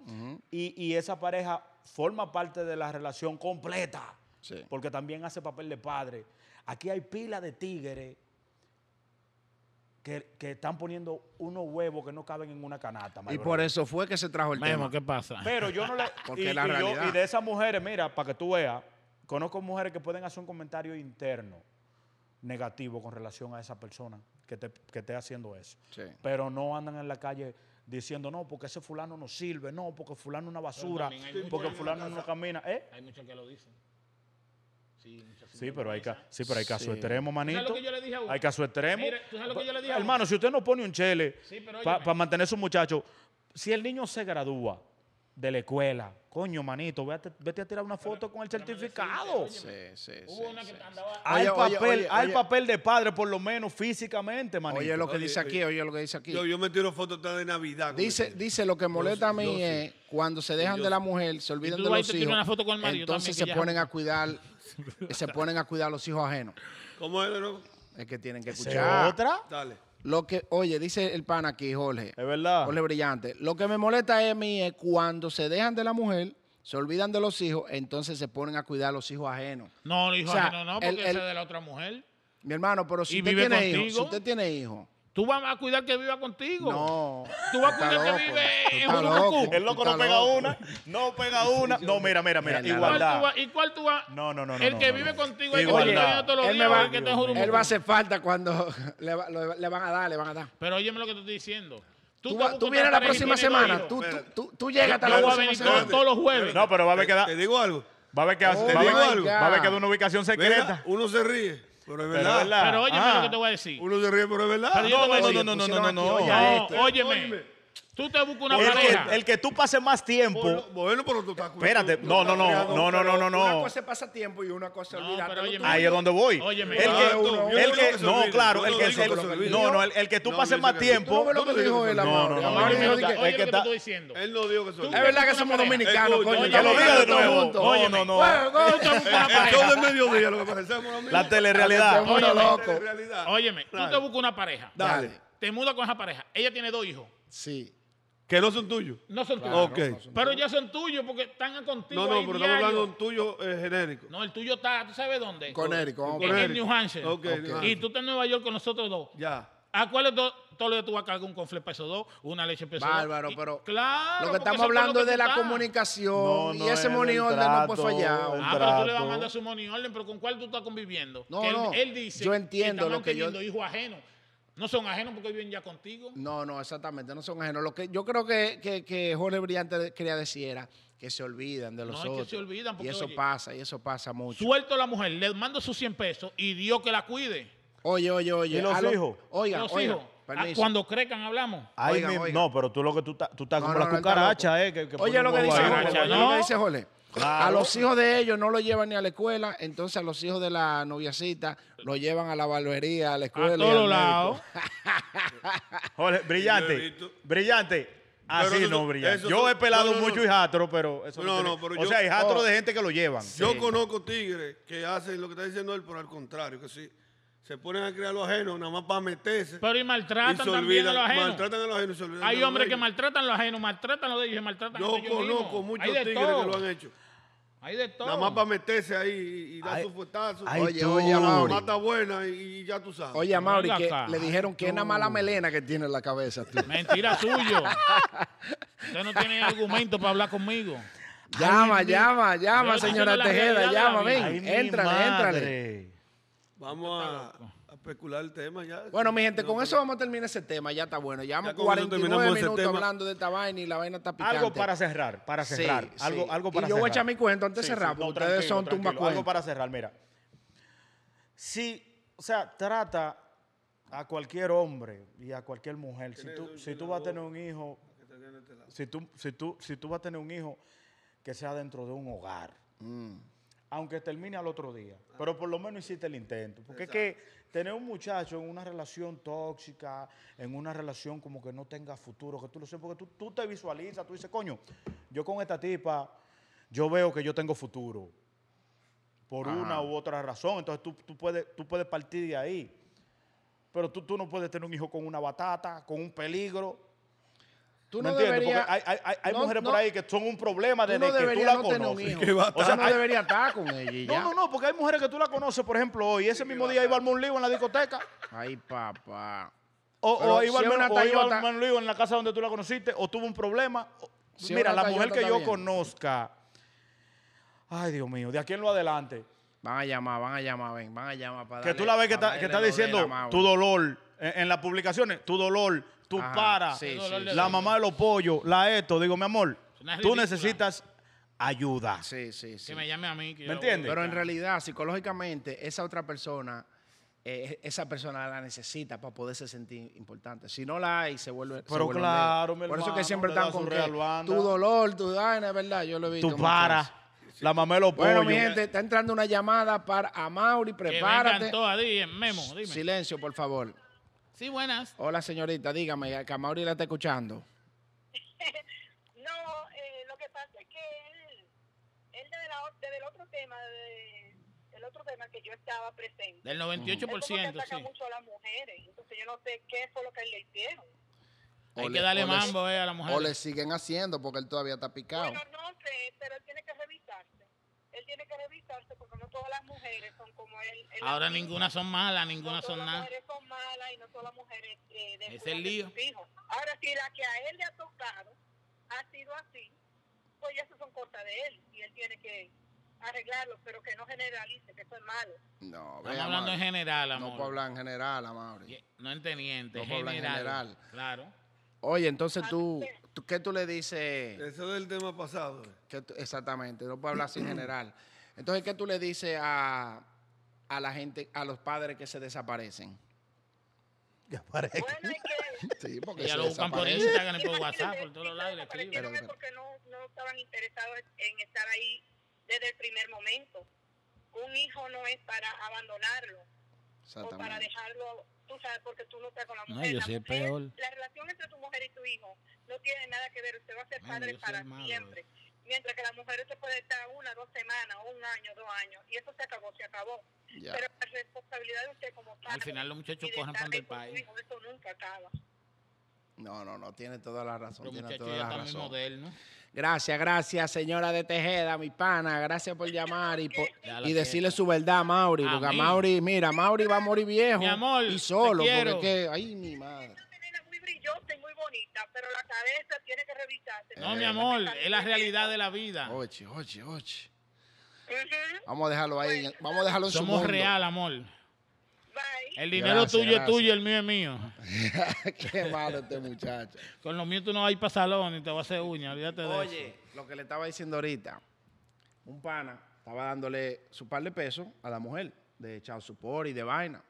y, y esa pareja forma parte de la relación completa.
Sí.
Porque también hace papel de padre. Aquí hay pila de tigres que, que están poniendo unos huevos que no caben en una canasta. my
Y
brother.
por eso fue que se trajo el
Memo,
tema.
¿qué pasa?
Pero yo no le.
*laughs* Porque
y,
es la
y yo-
realidad.
y de esas mujeres, mira, para que tú veas, conozco mujeres que pueden hacer un comentario interno negativo con relación a esa persona que te, que esté haciendo eso.
Sí.
Pero no andan en la calle diciendo, no, porque ese fulano no sirve, no, porque fulano es una basura,
también hay muchos
porque
en la
fulano no camina. ¿Eh?
Hay muchos que lo dicen. Sí, muchas
Sí, pero hay, ca-
sinvergüenzas.
sí, pero hay caso
Sí.
extremo, manito.
lo que yo le dije a uno?
Hay caso extremo.
Mire, ¿tú sabes lo que yo le dije a uno?
Hermano, si usted no pone un chele
Sí, pero
para
óyeme.
mantener a su muchacho, si el niño se gradúa de la escuela, coño, manito, vete, vete a tirar una foto con el certificado.
Sí, sí, sí.
Hubo una que
sí.
andaba.
Hay
Oye, oye,
papel,
oye,
hay
oye.
papel de padre, por lo menos físicamente, manito.
Oye lo que
Oye,
dice aquí,
oye.
oye lo que dice aquí.
Yo, yo me tiro fotos hasta de Navidad. con
Dice,
eso.
dice lo que molesta a
yo
mí
sí.
es cuando se dejan
yo
de la
sí.
mujer, se olvidan
tú
de
ahí
los
te tiras
hijos,
una foto con el marido
entonces
también, que
se
ya-
ponen a
*laughs*
cuidar, se ponen a cuidar a los hijos ajenos.
¿Cómo es, no?
Es que tienen que
¿Se
escuchar.
otra?
Dale.
Lo que, oye, dice el pan aquí, Jorge.
Es verdad.
Jorge Brillante. Lo que me molesta es a mí es cuando se dejan de la mujer, se olvidan de los hijos, entonces se ponen a cuidar a los hijos ajenos.
No, hijo,
O sea,
no, no,
el- el-
porque esa es de la otra mujer.
Mi hermano, pero si
¿Y
usted
vive
tiene hijos, si
contigo?
usted tiene hijos,
Tú vas a cuidar que viva contigo.
no.
Tú vas a
está
cuidar
loco,
que
tú
vive en
estás
un
loco,
El loco
tú
no
estás
pega
loco.
una, no pega una. No, mira, mira,
Mira,
¿Cuál
mira,
tú
igualdad.
vas- ¿Y cuál tú vas?
No, no, no, no,
El
no,
que
no,
vive
no.
contigo, el que
Igualdad.
te está viendo todos los
Él me
días,
va-
el que te jurumó.
Él va a hacer falta cuando le, va- lo- le van a dar, le van a dar.
Pero óyeme lo que te estoy diciendo.
Tú,
te
va-
buscas
tú
otra
vienes la
pareja y
próxima
tienes dos
semana.
hijos.
Tú, tú,
Espérate.
tú, tú llegas hasta
Yo
la
voy a
próxima
venir
semana.
todos los jueves.
No, pero va a
Te,
haber que dar,
te digo algo.
va a haber que
Oh
va a haber-
my God.
va a haber que dar una ubicación secreta.
Mira, uno se ríe, pero es
Pero es
verdad.
verdad.
Pero óyeme
Ah.
lo que te voy a decir.
Uno se ríe, pero es verdad.
Pero yo te voy a decir,
no, no,
pusieron
no, no,
aquí,
no.
oye, a
No,
este.
óyeme. Tú te buscas una
el,
pareja.
que, el que tú pases más tiempo.
Bueno, Bueno, pero tú estás
Espérate,
tú- tú
no, no,
estás
no,
creando-
no, no, no, no,
Una
no.
cosa es pasatiempo y una cosa es
No,
olvidarte
pero
lo
óyeme.
tuyo.
Ahí es donde voy.
Óyeme.
el que,
Ah, tú, yo
el
digo
que-
que se
no,
olvida,
claro,
yo
el
no
que,
digo
el-
que se olvida.
no, no, el, el que tú
No,
pases
yo
más
sé que-
Tú no
tiempo.
ves lo que
No,
dijo
no,
él,
no,
Amaury.
no, no,
Amaury
Óyeme
dijo
lo
de
que-
que-
óyeme
no,
lo que te
está-
estoy diciendo.
Él no digo que se
Tú-
Es
olvida.
verdad que somos
Escucha,
dominicanos,
escucha,
coño.
que lo
estamos
diga de
todos
nuevo.
juntos.
Óyeme. No, no, no.
Bueno, coño,
Tú te buscas una
El show
pareja.
del mediodía, lo que parecemos lo mismo.
La
este
telerrealidad.
mundo
Óyeme.
loco.
realidad.
Óyeme, tú te
Dale.
buscas una pareja.
Dale.
Te mudas con esa pareja. Ella tiene dos hijos.
Sí.
Que no son tuyos.
No son tuyos.
Ok.
Pero ya son tuyos porque están contigo.
No, no,
ahí diario.
pero estamos hablando de un tuyo eh, genérico.
No, el tuyo está, ¿tú sabes dónde?
Con Eric, vamos
en
a
Con
el
Eric.
New Hampshire.
Ok, New
Y
Hampshire.
tú estás en Nueva York con nosotros dos.
Ya.
¿A cuáles dos todos los días tú vas a cargar un confle peso dos, una leche peso dos?
Bárbaro,
Y-
pero
Claro.
lo que
porque
estamos
eso es con lo
hablando
que
es de
tú
la
estás.
comunicación
No, no,
y ese
es el
money order no puede
trato, el
fallar.
Ah, pero tú le vas a
trato.
mandar su money order, pero ¿con cuál tú estás conviviendo?
No,
Que él,
no,
él dice
yo entiendo
que
lo que yo-
están manteniendo hijos ajenos. No son ajenos porque viven ya contigo.
No, no, exactamente, no son ajenos. Lo que yo creo que, que, que Jorge Brillante quería decir era que se olvidan de los
No, es que
otros.
se olvidan, porque,
y eso
oye,
pasa, y eso pasa mucho.
Suelto a la mujer, le mando sus 100 pesos y Dios que la cuide.
Oye, oye, oye.
¿Y los
a
hijos?
Oigan,
Los
oigan,
hijos. Ah,
permiso.
Cuando crezcan, hablamos.
Ay,
Oigan,
mi-
oigan.
No, pero tú lo que tú estás, tú estás
No,
como
no,
la
no, él está
cucaracha,
loco.
eh. que- que
Oye, lo
pone
que
un huevo
dice
ahí.
Jorge,
Jorge,
¿no?
lo que dice Jorge.
Claro.
A los hijos de ellos no los llevan ni a la escuela, entonces a los hijos de la noviacita los llevan a la barbería, a la escuela. y
A
al médico.
todos lados.
Jorge,
Yo he
brillante,
visto-
brillante. Así
eso-
no, brillante.
eso
Yo
son-
he pelado
no, no, no.
mucho hijastro, pero eso
No,
tiene-
no, pero
O
yo-
sea, hijastro
oh.
de gente que lo llevan.
Yo conozco tigres que hacen lo que está diciendo él, pero al contrario, que sí. Se ponen a crear lo ajeno nada más para meterse.
Pero y maltratan también a los ajenos.
Maltratan a los ajenos y se olvidan de
Hay
los
hombres que
ellos.
maltratan a los ajenos, maltratan a los de ellos y maltratan a
Yo
ellos
conozco
mismos.
muchos
Hay de
tigres
todo.
que lo han hecho.
Hay de todo.
Nada más para meterse ahí y, y dar
Ay,
su fuetazo.
ay,
Oye,
tú.
oye, Mauri.
mata buena y, y ya tú sabes.
Oye, a Mauri, que
acá.
le dijeron que es nada más la melena que tiene en la cabeza.
*laughs*
tú.
Mentira
*laughs*
suyo. Usted no tiene argumento para hablar conmigo.
Llama, llama,
Yo
llama,
estoy
señora
diciendo la realidad
Tejeda,
de la
llama,
vida.
ven, éntrale, éntrale.
Vamos a, a especular el tema ya.
Bueno, mi gente, con eso vamos a terminar ese tema, ya está bueno. Llevamos
Ya con eso
49
terminamos ese
minutos
tema.
hablando de esta vaina y la vaina está picante.
Algo para cerrar, para
Sí,
cerrar.
sí.
algo, algo para
Y yo voy a echar
cerrar.
mi cuento antes de
Sí,
cerrar,
sí, no,
porque ustedes
tranquilo,
son
tranquilo.
tumba
Algo para cerrar, mira. Si, o sea, trata a cualquier hombre y a cualquier mujer. Si tú, si tú vas a tener un hijo, si tú, si, tú, si tú vas a tener un hijo que sea dentro de un hogar. aunque termine al otro día. Pero por lo menos hiciste el intento. Porque es que tener un muchacho en una relación tóxica, en una relación como que no tenga futuro, que tú lo sepas, porque tú, tú te visualizas, tú dices, coño, yo con esta tipa, yo veo que yo tengo futuro. Por una u otra razón. Entonces tú, tú puedes, tú puedes partir de ahí. Pero tú, tú no puedes tener un hijo con una batata, con un peligro.
Tú no
¿Me entiendes?
deberías.
Porque hay, hay- hay- hay
no-
mujeres por
no-
ahí que son un problema
tú no
desde que tú
deberías
la
no tener un
conoces.
hijo.
Que va a
O sea,
estar-
no deberías estar con ella y ya.
No, no, no, porque hay mujeres que tú la conoces, por ejemplo, hoy. Ese mismo día iba al Mon Lío en la discoteca.
Ay, papá.
O,
Pero
o iba
si
al
es
Mon-
una
o iba al
Toyota-
Mon Lío en la casa donde tú la conociste. O tuvo un problema. o-
Si es
Mira,
una
la mujer
Toyota
que
está
yo
bien.
conozca. Ay, Dios mío, de aquí en lo adelante.
Van a llamar, van a llamar, ven, van a llamar para
Que tú
darle-
la ves que
para
está, que está
darle lo de la
diciendo
mano.
tu dolor en, en las publicaciones, tu dolor, tu
Ajá,
para,
sí, sí,
la
sí.
mamá de los pollos, la esto. Digo, mi amor,
Suena
tú
ridícula.
necesitas ayuda.
Sí, sí, sí.
Que me llame a mí. que
¿Me
yo-
entiendes?
Pero en realidad, psicológicamente, esa otra persona, eh, esa persona la necesita para poderse sentir importante. Si no la hay, se vuelve. se
Pero
vuelve un
claro,
dedo.
mi
Por eso que
hermano,
siempre
le da
están
su
con que
real banda.
tu dolor, tu daño, es verdad, yo lo he visto.
Tu
muchas
para,
veces.
la mamá de los pollos.
Bueno, mi gente, está entrando una llamada para a Mauri,
Que vengan
prepárate.
todas, di, en Memo, dime. Sí,
Silencio, por favor.
buenas.
Hola, señorita, dígame, que a Mauri la está escuchando.
No, eh, lo que pasa es que él, él desde, la o- desde el otro tema, de- del otro tema que yo estaba presente,
Mm.
Del
él como que
98%,
ataca
sí.
mucho a las mujeres, entonces yo no sé qué fue lo que le hicieron.
Hay
O
que
le-
darle
o le-
mambo eh, a la mujer.
O le siguen haciendo porque él todavía está picado.
Bueno, no sé, pero él tiene que revisarse. Él tiene que revisarse porque no todas las mujeres son como él. él
Ahora
la-
ninguna son malas, ninguna
no todas
son
las
nada.
mujeres son malas y no todas las mujeres eh,
el
descuidan de
lío.
sus hijos. Ahora, si la que a él le ha tocado ha sido así, pues ya eso son cosas de él y él tiene que arreglarlo, pero que no generalice, que eso es malo.
No,
Estamos
vea,
hablando en
Mauri.
general,
No puedo
amor.
hablar en general, a Mauri.
Ye- No en teniente,
No puedo
general.
hablar en general.
Claro.
Oye, entonces tú, tú- ¿qué tú le dices?
Eso es el tema pasado. eh.
que tú- exactamente, no puedo hablar así en general. Entonces, ¿qué tú le dices a, a la gente, a los padres que se desaparecen?
Bueno, es que...
Sí, porque
Ella lo buscan por
*laughs*
Instagram, y por WhatsApp, por todos lados y le escriben.
Pero-
Pero,
pero-
porque no, no estaban interesados en estar ahí desde el primer momento. Un hijo no es para abandonarlo o para
Exactamente.
dejarlo, tú sabes, porque tú no estás con la
No,
mujer.
yo
la,
soy el
mujer-
peor.
la relación entre tu mujer y tu hijo no tiene nada que ver. Usted va a ser
Mano, yo
padre
soy
para
el malo, eh.
siempre. Mientras que la mujer se puede estar una, dos semanas, un año, dos años. Y eso se acabó, se acabó.
Ya.
Pero la responsabilidad de usted como padre.
final los muchachos
y de
cogen
estar
pan del
ahí con su
país.
hijo, Eso nunca acaba.
No, no, no, tiene toda la razón.
Los
tiene
muchachos
toda
ya
la
están muy
razón.
modernos.
Gracias, gracias, señora de Tejeda, mi pana. Gracias por llamar y, por-
Ya la
y decirle
quiero.
su verdad a Mauri.
A
porque a
mí.
Mauri, mira, Mauri va a morir viejo
Mi amor,
y
te
solo. Porque
quiero.
es que, ay, mi madre.
una nena muy brillante y muy bonita, pero la cabeza tiene que revisarse.
No, mi
Eh. Oh,
amor, es la realidad de la vida.
Oche, oche, oche.
Ujú.
Vamos a dejarlo ahí. en el- Vamos a dejarlo en su
Somos
mundo.
real, amor.
Bye.
El dinero
Gracias,
tuyo
gracias.
es tuyo, el mío es mío.
*laughs* Qué malo este muchacho.
Con lo mío tú no vas a ir para salón y te vas a hacer uña, olvídate de eso.
Oye, lo que le estaba diciendo ahorita, un pana estaba dándole su par de pesos a la mujer de Chao Support y de vaina.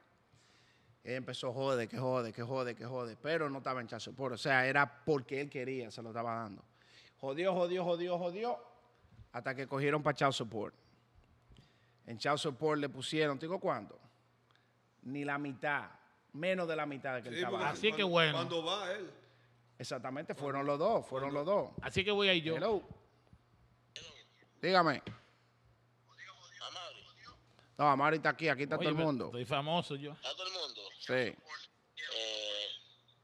Él empezó jode, que jode, que jode, que jode, pero no estaba en Chao Support. O sea, era porque él quería, se lo estaba dando. Jodió, jodió, jodió, jodió, hasta que cogieron para Chao Support. En Chao Support le pusieron, ¿te digo cuánto? Ni la mitad, menos de la mitad de que él
Sí,
estaba
porque
dando.
Así que bueno.
Cuando va él.
Exactamente, fueron los dos, fueron los dos.
Así que voy a ir yo.
Hello. Dígame.
Amable,
No, Amari está aquí, aquí está
Oye,
todo el
pero
mundo.
Estoy famoso yo.
a todo el mundo.
Sí.
Eh,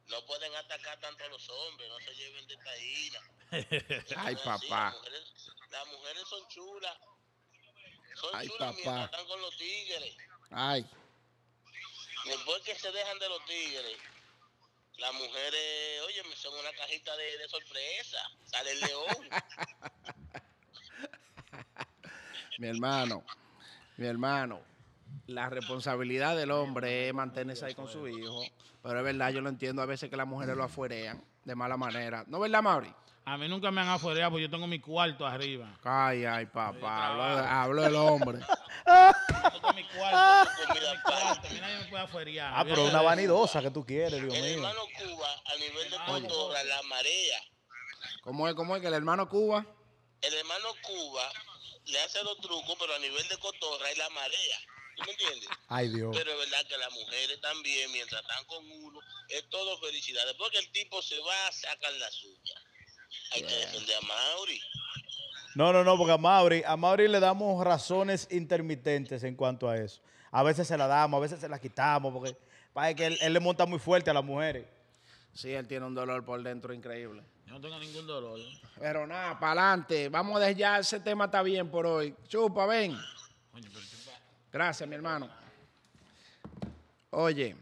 no pueden atacar tanto a los hombres, no se lleven de taína.
Ay,
Así,
papá.
Las mujeres, las mujeres son chulas. Son
Ay,
chulas mientras
papá.
están con los tigres.
Ay.
Después que se dejan de los tigres, las mujeres, oye, son una cajita de, de sorpresa. Sale
*laughs*
el león.
Mi hermano. Mi hermano. La responsabilidad del hombre es mantenerse ahí con su hijo. Pero es verdad, yo lo entiendo a veces que las mujeres lo afuerean de mala manera. ¿No es verdad, Mauri?
A mí nunca me han afuereado porque yo tengo mi cuarto arriba.
Ay, ay, papá. Habló, habló el hombre.
Yo tengo mi cuarto, yo tengo mi
Comida
cuarto. A mí nadie me puede afuerear.
Ah, pero una vanidosa que tú quieres, Dios
el
mío.
hermano Cuba, a nivel de Cotora, la marea.
¿Cómo es, cómo es que el hermano Cuba?
El hermano Cuba le hace los trucos, pero a nivel de cotorra y la marea. ¿Tú me entiendes?
Ay, Dios.
Pero es verdad que las mujeres también, mientras están con uno, es todo felicidad. Después que el tipo se va, sacan la suya. Hay que defender a Mauri.
No, no, no, porque a Mauri, a Mauri le damos razones intermitentes en cuanto a eso. A veces se la damos, a veces se la quitamos, porque parece que él, él le monta muy fuerte a las mujeres.
Sí, él tiene un dolor por dentro increíble.
Yo no tengo ningún dolor. ¿eh?
Pero nada, para adelante. Vamos a dejar ya ese tema está bien por hoy. Chupa, ven.
Coño, pero tú-
Gracias, mi hermano. Oye.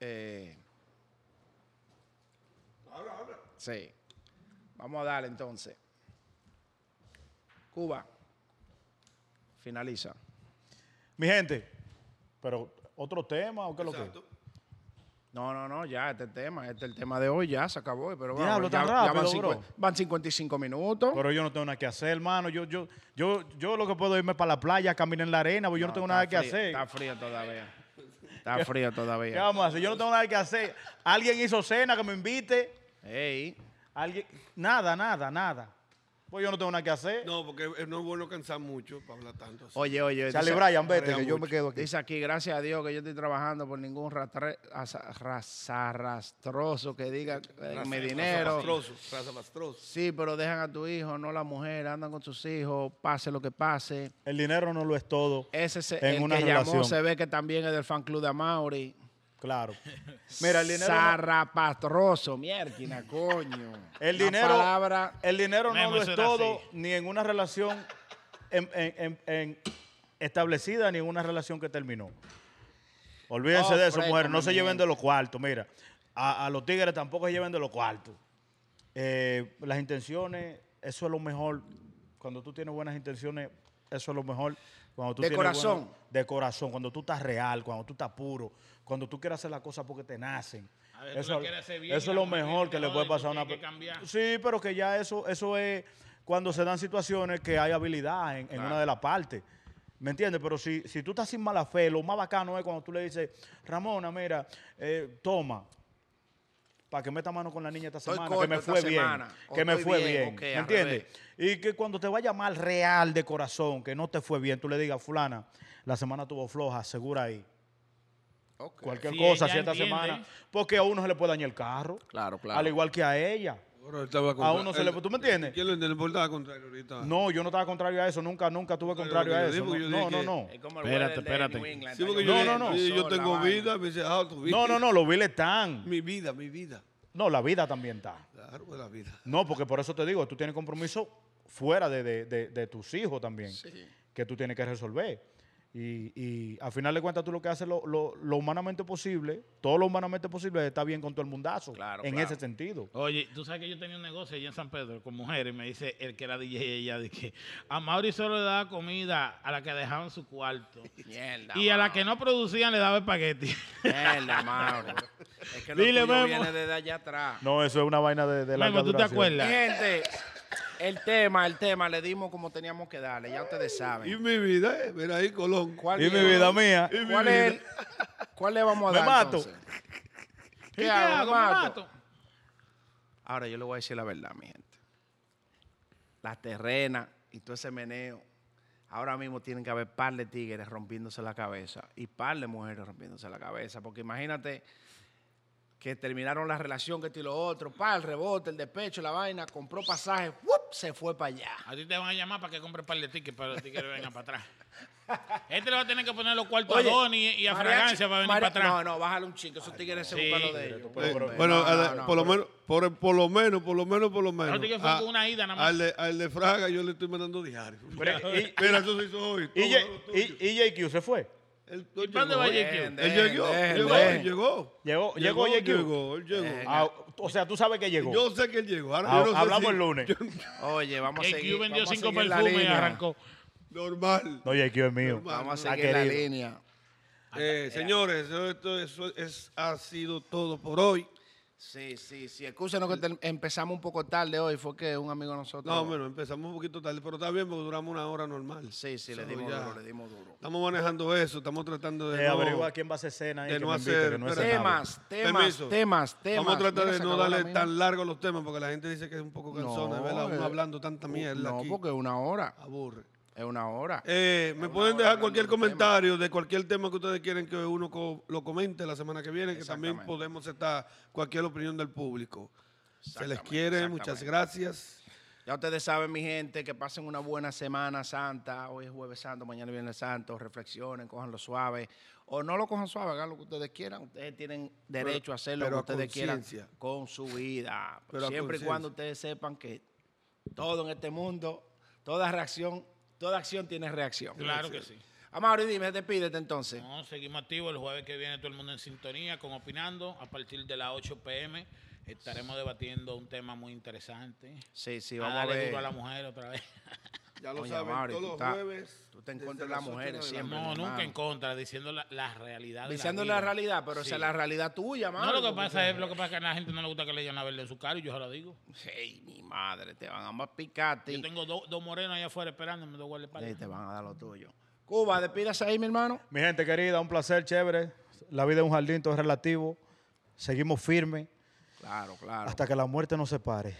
eh, Sí. Vamos a darle entonces. Cuba. Finaliza.
Mi gente, pero otro tema o qué es lo que.
Exacto.
No, no, no, ya, este tema, este es el tema de hoy, ya se acabó. Pero
Diablo,
ya,
tan
ya van,
rápido,
cincu-
bro.
van 55 minutos.
Pero yo no tengo nada que hacer, hermano. Yo, yo, yo, yo lo que puedo irme para la playa, caminar en la arena, porque yo no, tengo
está
nada que
frío,
hacer.
Está frío todavía. Está frío
¿Qué
todavía.
vamos a hacer? Yo no tengo nada que hacer. Alguien hizo cena que me invite.
Ey,
Alguien. Nada, nada, nada. Pues yo no tengo nada que hacer.
No, porque eh, no es bueno cansar mucho para hablar tanto. así.
oye, oye.
Charlie
dice-
Bryan, vete,
Bryan
que yo me
mucho.
quedo aquí.
Dice aquí, gracias a Dios que yo estoy trabajando por ningún ratra- asa- razarrastroso que diga eh, mi dinero.
Pastroso, raza pastroso.
Sí, pero dejan a tu hijo, no la mujer, andan con sus hijos, pase lo que pase.
El dinero no lo es todo.
Ese se,
En
el
una
que llamó
relación.
se ve que también es del fan club de Amaury.
Claro. Mira, el dinero. no-
Zarrapastroso, mierda, coño.
El
Una
dinero,
palabra.
el dinero no
Memo,
lo
eso
es
era
todo,
así.
ni en una relación en- en- en- en establecida, ni en una relación que terminó. Olvídense
Oh,
de eso,
fresco,
mujeres. No se
mi
lleven
gente.
de los cuartos, mira. A, a los tigres tampoco se lleven de los cuartos. Eh, las intenciones, eso es lo mejor. Cuando tú tienes buenas intenciones, eso es lo mejor. Cuando tú
De
tienes
corazón.
buenas- de corazón, cuando tú estás real, cuando tú estás puro, cuando tú quieres hacer las cosas porque te nacen.
A ver, tú
eso
la quieres hacer bien y
eso es
la
lo
mujer
mejor
te
que le
jode
puede
y tú
pasar a una
tienes que
persona.
cambiar.
Sí, pero que ya eso, eso es cuando se dan situaciones que hay habilidad en, en una de las partes. ¿Me entiendes? Pero si, si tú estás sin mala fe, lo más bacano es cuando tú le dices, Ramona, mira, eh, toma, para que meta mano con la niña esta
Estoy
semana, que
corto
me
esta
fue bien,
semana, o
que me
estoy
fue
bien,
bien,
ok,
¿me
al
entiendes? Y que cuando te vaya mal real de corazón, que no te fue bien, tú le digas, fulana, la semana tuvo floja, segura ahí.
Ok.
Cualquier
Si
cosa,
ella
si esta
entiende.
semana, porque a uno se le puede dañar el carro,
Claro, claro.
al igual que a ella.
Ahora él estaba
A uno se
él-
le- ¿tú me entiendes?
¿Quién lo entiende? Por nada contrario ahorita.
No, yo no estaba contrario a eso, nunca, nunca tuve
Pero
contrario
lo
a
que yo
eso.
digo, yo
no,
dije
no,
que-
no.
Es como el
Espérate,
weather de
espérate.
New England,
Sí,
está
porque yo,
lloviendo,
dije,
no, no.
yo dije, yo
sol, la
tengo
vaina.
vida, me dice, ah, tu vida.
No, no, no, los viles están.
Mi vida, mi vida.
No, la vida también está.
Claro, pues la vida.
No, porque por eso te digo, tú tienes compromiso fuera de, de- de- de tus hijos también, que tú tienes que resolver. Y, y al final de cuentas tú lo que haces lo, lo- lo humanamente posible, todo lo humanamente posible está bien con todo el mundazo,
Claro,
en
claro.
ese sentido.
Oye, tú sabes que yo tenía un negocio allá en San Pedro con mujeres y me dice el que era DJ ella de que a Mauri solo le daba comida a la que dejaban su cuarto
Mierda,
y a la
mano.
que no producían le daba espagueti.
Mierda, mano. Es que lo
Dile,
tuyo
Memo.
viene desde allá atrás.
No, eso es una vaina de, de larga
Memo, ¿tú te
duración.
Mi
acuerdas?
gente, el tema, el tema, le dimos como teníamos que darle, ya ustedes
Y
saben.
mi vida, eh, mira ahí, Colón.
¿Cuál
Y
es-
mi vida mía.
Y mi
¿Cuál
vida.
es? el- ¿Cuál le vamos a
Me
dar?
mato.
entonces?
*laughs* ¿Y
¿Qué hago? ¿Me mato?
mato?
Ahora yo le voy a decir la verdad, mi gente. Las terrenas y todo ese meneo. Ahora mismo tienen que haber par de tigres rompiéndose la cabeza y par de mujeres rompiéndose la cabeza. Porque imagínate que terminaron la relación, que esto y lo otro, par, el rebote, el despecho, la vaina, compró pasaje, ¡wup! se fue para allá.
A ti te van a llamar para que compres un par de tickets para los tickets vengan para atrás. Este le va a tener que poner los cuartos
Oye,
a Donny y a
mariachi-
Fragancia para venir
mari-
para atrás.
No, no, bájale un chico, esos tigres se
Sí,
buscan lo de
pero
ellos.
Eh,
Hombre,
bueno,
no,
a la-
no,
por, lo
pero-
menos, por, por lo menos, por lo menos, por lo menos.
te que fue
A-
con una ida nada más.
Al de, al de Fraga yo le estoy mandando diario.
Pero, y-
*laughs* Mira, eso se hizo hoy. todo
Y, J-
lo tuyo.
y- y JQ se fue.
Él no
¿Y para dónde
llegó.
va
Él
Dejen,
JQ?
dejen,
llegó,
dejen,
llegó,
dejen.
llegó.
Llegó- llegó JQ.
Llegó, él llegó.
Ah, o sea, tú sabes que llegó.
Yo sé que él llegó. Ahora
Ah,
yo no sé
hablamos
si-
el lunes.
yo-
Oye, vamos a
El
seguir.
Q vendió
vamos a
cinco
seguir la
perfumes y
línea.
arrancó.
normal.
No, JQ es mío.
Vamos a
Ha
seguir la
querido.
línea.
Eh, señores, eso, esto- eso es, ha sido todo por hoy.
Sí, sí, sí. Excúsenos que te- empezamos un poco tarde hoy. Fue que un amigo de nosotros.
No, bueno, empezamos un poquito tarde, pero está bien porque duramos una hora normal.
Sí, sí, le
So,
dimos
ya.
duro, le dimos duro.
Estamos manejando eso, estamos tratando de.
Eh,
no-
averigua quién va a hacer cena ahí,
de
que
no
me invite,
hacer-
que no es
espérate.
cenable.
Temas, temas,
Permiso.
temas, temas.
Vamos a tratar
Mira,
de
se
no
acabó la
darle
mina.
tan largos los temas porque la gente dice que es un poco cansona,
No,
¿verdad? Uno
eh,
hablando
uh,
tanta mierda
No,
aquí.
porque es una hora.
Aburre.
Es una hora.
Eh, me
Una
pueden
hora
dejar
hablando
cualquier
de un tema.
comentario de cualquier tema que ustedes quieren que uno co- lo comente la semana que viene, que también
Exactamente.
podemos aceptar cualquier opinión del público. Se les
Exactamente,
quiere, muchas
exactamente.
gracias.
Ya ustedes saben, mi gente, que pasen una buena semana santa. Hoy es jueves santo, mañana viene santo. Reflexionen, cójanlo suave. O no lo cojan suave, hagan lo que ustedes quieran. Ustedes tienen derecho a hacer lo que
pero a
ustedes quieran
conciencia.
con su vida.
Pero
Siempre
a
y
conciencia.
cuando ustedes sepan que todo en este mundo, toda reacción, toda acción tiene reacción.
Claro que sí.
Amaury, dime, despídete entonces.
No, seguimos activos. El jueves que viene todo el mundo en sintonía con Opinando. A partir de las 8 pm estaremos debatiendo un tema muy interesante.
Sí, sí,
A
vamos a
darle
ver.
Ah, duro a la mujer otra
*laughs*
vez.
Ya lo
Oye,
saben,
Amaury,
todos
tú
los
estás-
jueves.
tú te
desde
encuentras
las
las
ocho en
mujeres
adelante.
siempre.
No, nunca
hermano.
en contra, diciendo la, la realidad. de
Diciendo
la,
la
vida.
realidad, pero esa
Sí.
es la realidad tuya, mano.
No, lo que pasa es lo que pasa es que a la gente no le gusta que le digan la verdad en su cara y yo se lo digo.
Hey, mi madre, te van a picar a ti.
Yo tengo dos dos morenos allá afuera esperándome, dos guardias
Sí,
para
te van a dar lo tuyo. Cuba, despídase ahí, mi hermano.
Mi gente querida, un placer, chévere. La vida es un jardín, todo es relativo. Seguimos firmes
Claro, claro.
hasta que la muerte nos separe.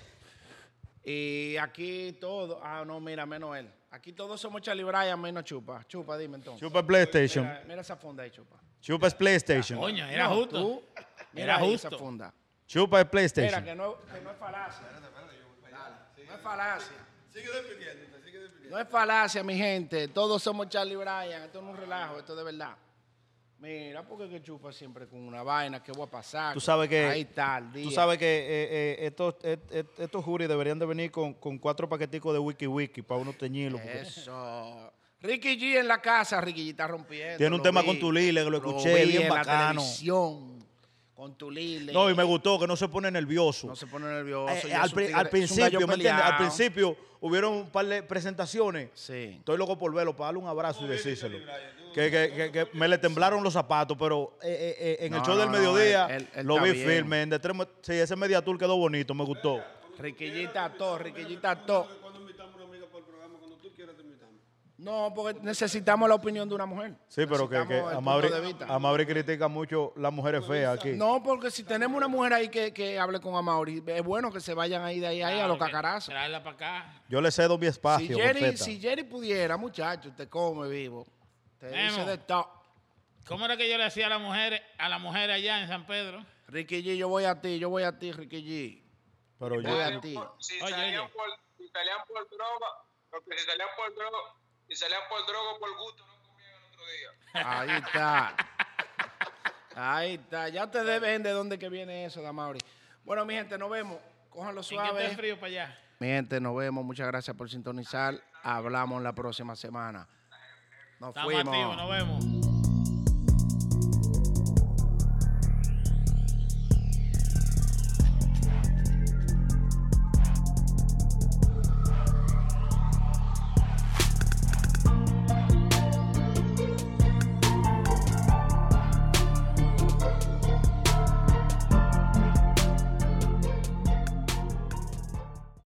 Y aquí todo. Ah, no, mira, menos él. Aquí todos somos Charlie Bryan, menos Chupa. Chupa, dime entonces.
Chupa PlayStation.
Mira, mira esa funda ahí, Chupa.
Chupa es PlayStation.
Coño, era
No,
justo.
tú,
Era
mira ahí
justo.
Esa funda.
Chupa es PlayStation.
Mira, que no, que no es falacia. Dale, no es falacia.
Sigue despidiéndote, sigue despidiéndote.
No es falacia, mi gente. Todos somos Charlie Bryan. Esto no es un relajo, esto es de verdad. Mira, porque que chupa siempre con una vaina, ¿qué voy a pasar?
Tú sabes que.
Ahí está, al día.
Tú sabes que eh, eh, estos, et- et- estos juris deberían de venir con, con cuatro paqueticos de wiki wiki para uno teñirlo. porque-
Eso. Ricky G en la casa, Ricky G está rompiendo.
Tiene un
lo
tema
vi.
con Tulile, que lo escuché,
vi
bien
en la
bacano.
televisión, con Tulile.
No, y me gustó que no se pone nervioso.
No se pone nervioso.
Eh,
ya
al,
es un
pri-
tigre- es un
al
gallo
principio, ¿me entiendes? Al
peleado.
principio hubieron un par de presentaciones.
Sí.
Estoy loco por verlo, para darle un abrazo y decírselo. Que, que- que- que me le temblaron los zapatos, pero eh, eh, eh, en el
No,
show
no,
del
no,
mediodía
él- él- él
lo
está
vi
bien.
firme. en de tres mo- sí, ese media tour quedó bonito, me gustó.
Ricky G está todo, Ricky G está todo.
Cuando invitamos a una amiga para el programa, cuando tú quieras te invitamos.
No, porque necesitamos la opinión de una mujer.
Sí, pero que, que
Necesitamos el
a,
punto
Mauri,
de vista.
a Mauri critica mucho las mujeres feas aquí.
No, porque si tenemos una mujer ahí que, que hable con Amaury, es bueno que se vayan ahí de ahí, ahí a los cacarazos.
Traerla para acá.
Yo le cedo mi
Si
espacio.
Jerry,
profeta.
si Jerry pudiera, muchacho, te come vivo. Te dice
Memo.
de todo.
¿Cómo era que yo le hacía a la mujer, a la mujer allá en San Pedro?
Ricky G, yo voy a ti, yo voy a ti, Ricky G.
pero yo,
Voy a ti.
Si
Oye,
salían
oye.
por, si salían por droga, porque si salían por droga, si salían por droga o por gusto, no comían el otro día.
Ahí está. Ahí está. Ya te deben de dónde que viene eso, Damauri. Bueno, mi gente, nos vemos. Cójanlo
¿En qué está el
suave.
frío para allá?
Mi gente, nos vemos. Muchas gracias por sintonizar. Hablamos la próxima semana. Nos
Estamos activos,
fuimos.
nos vemos.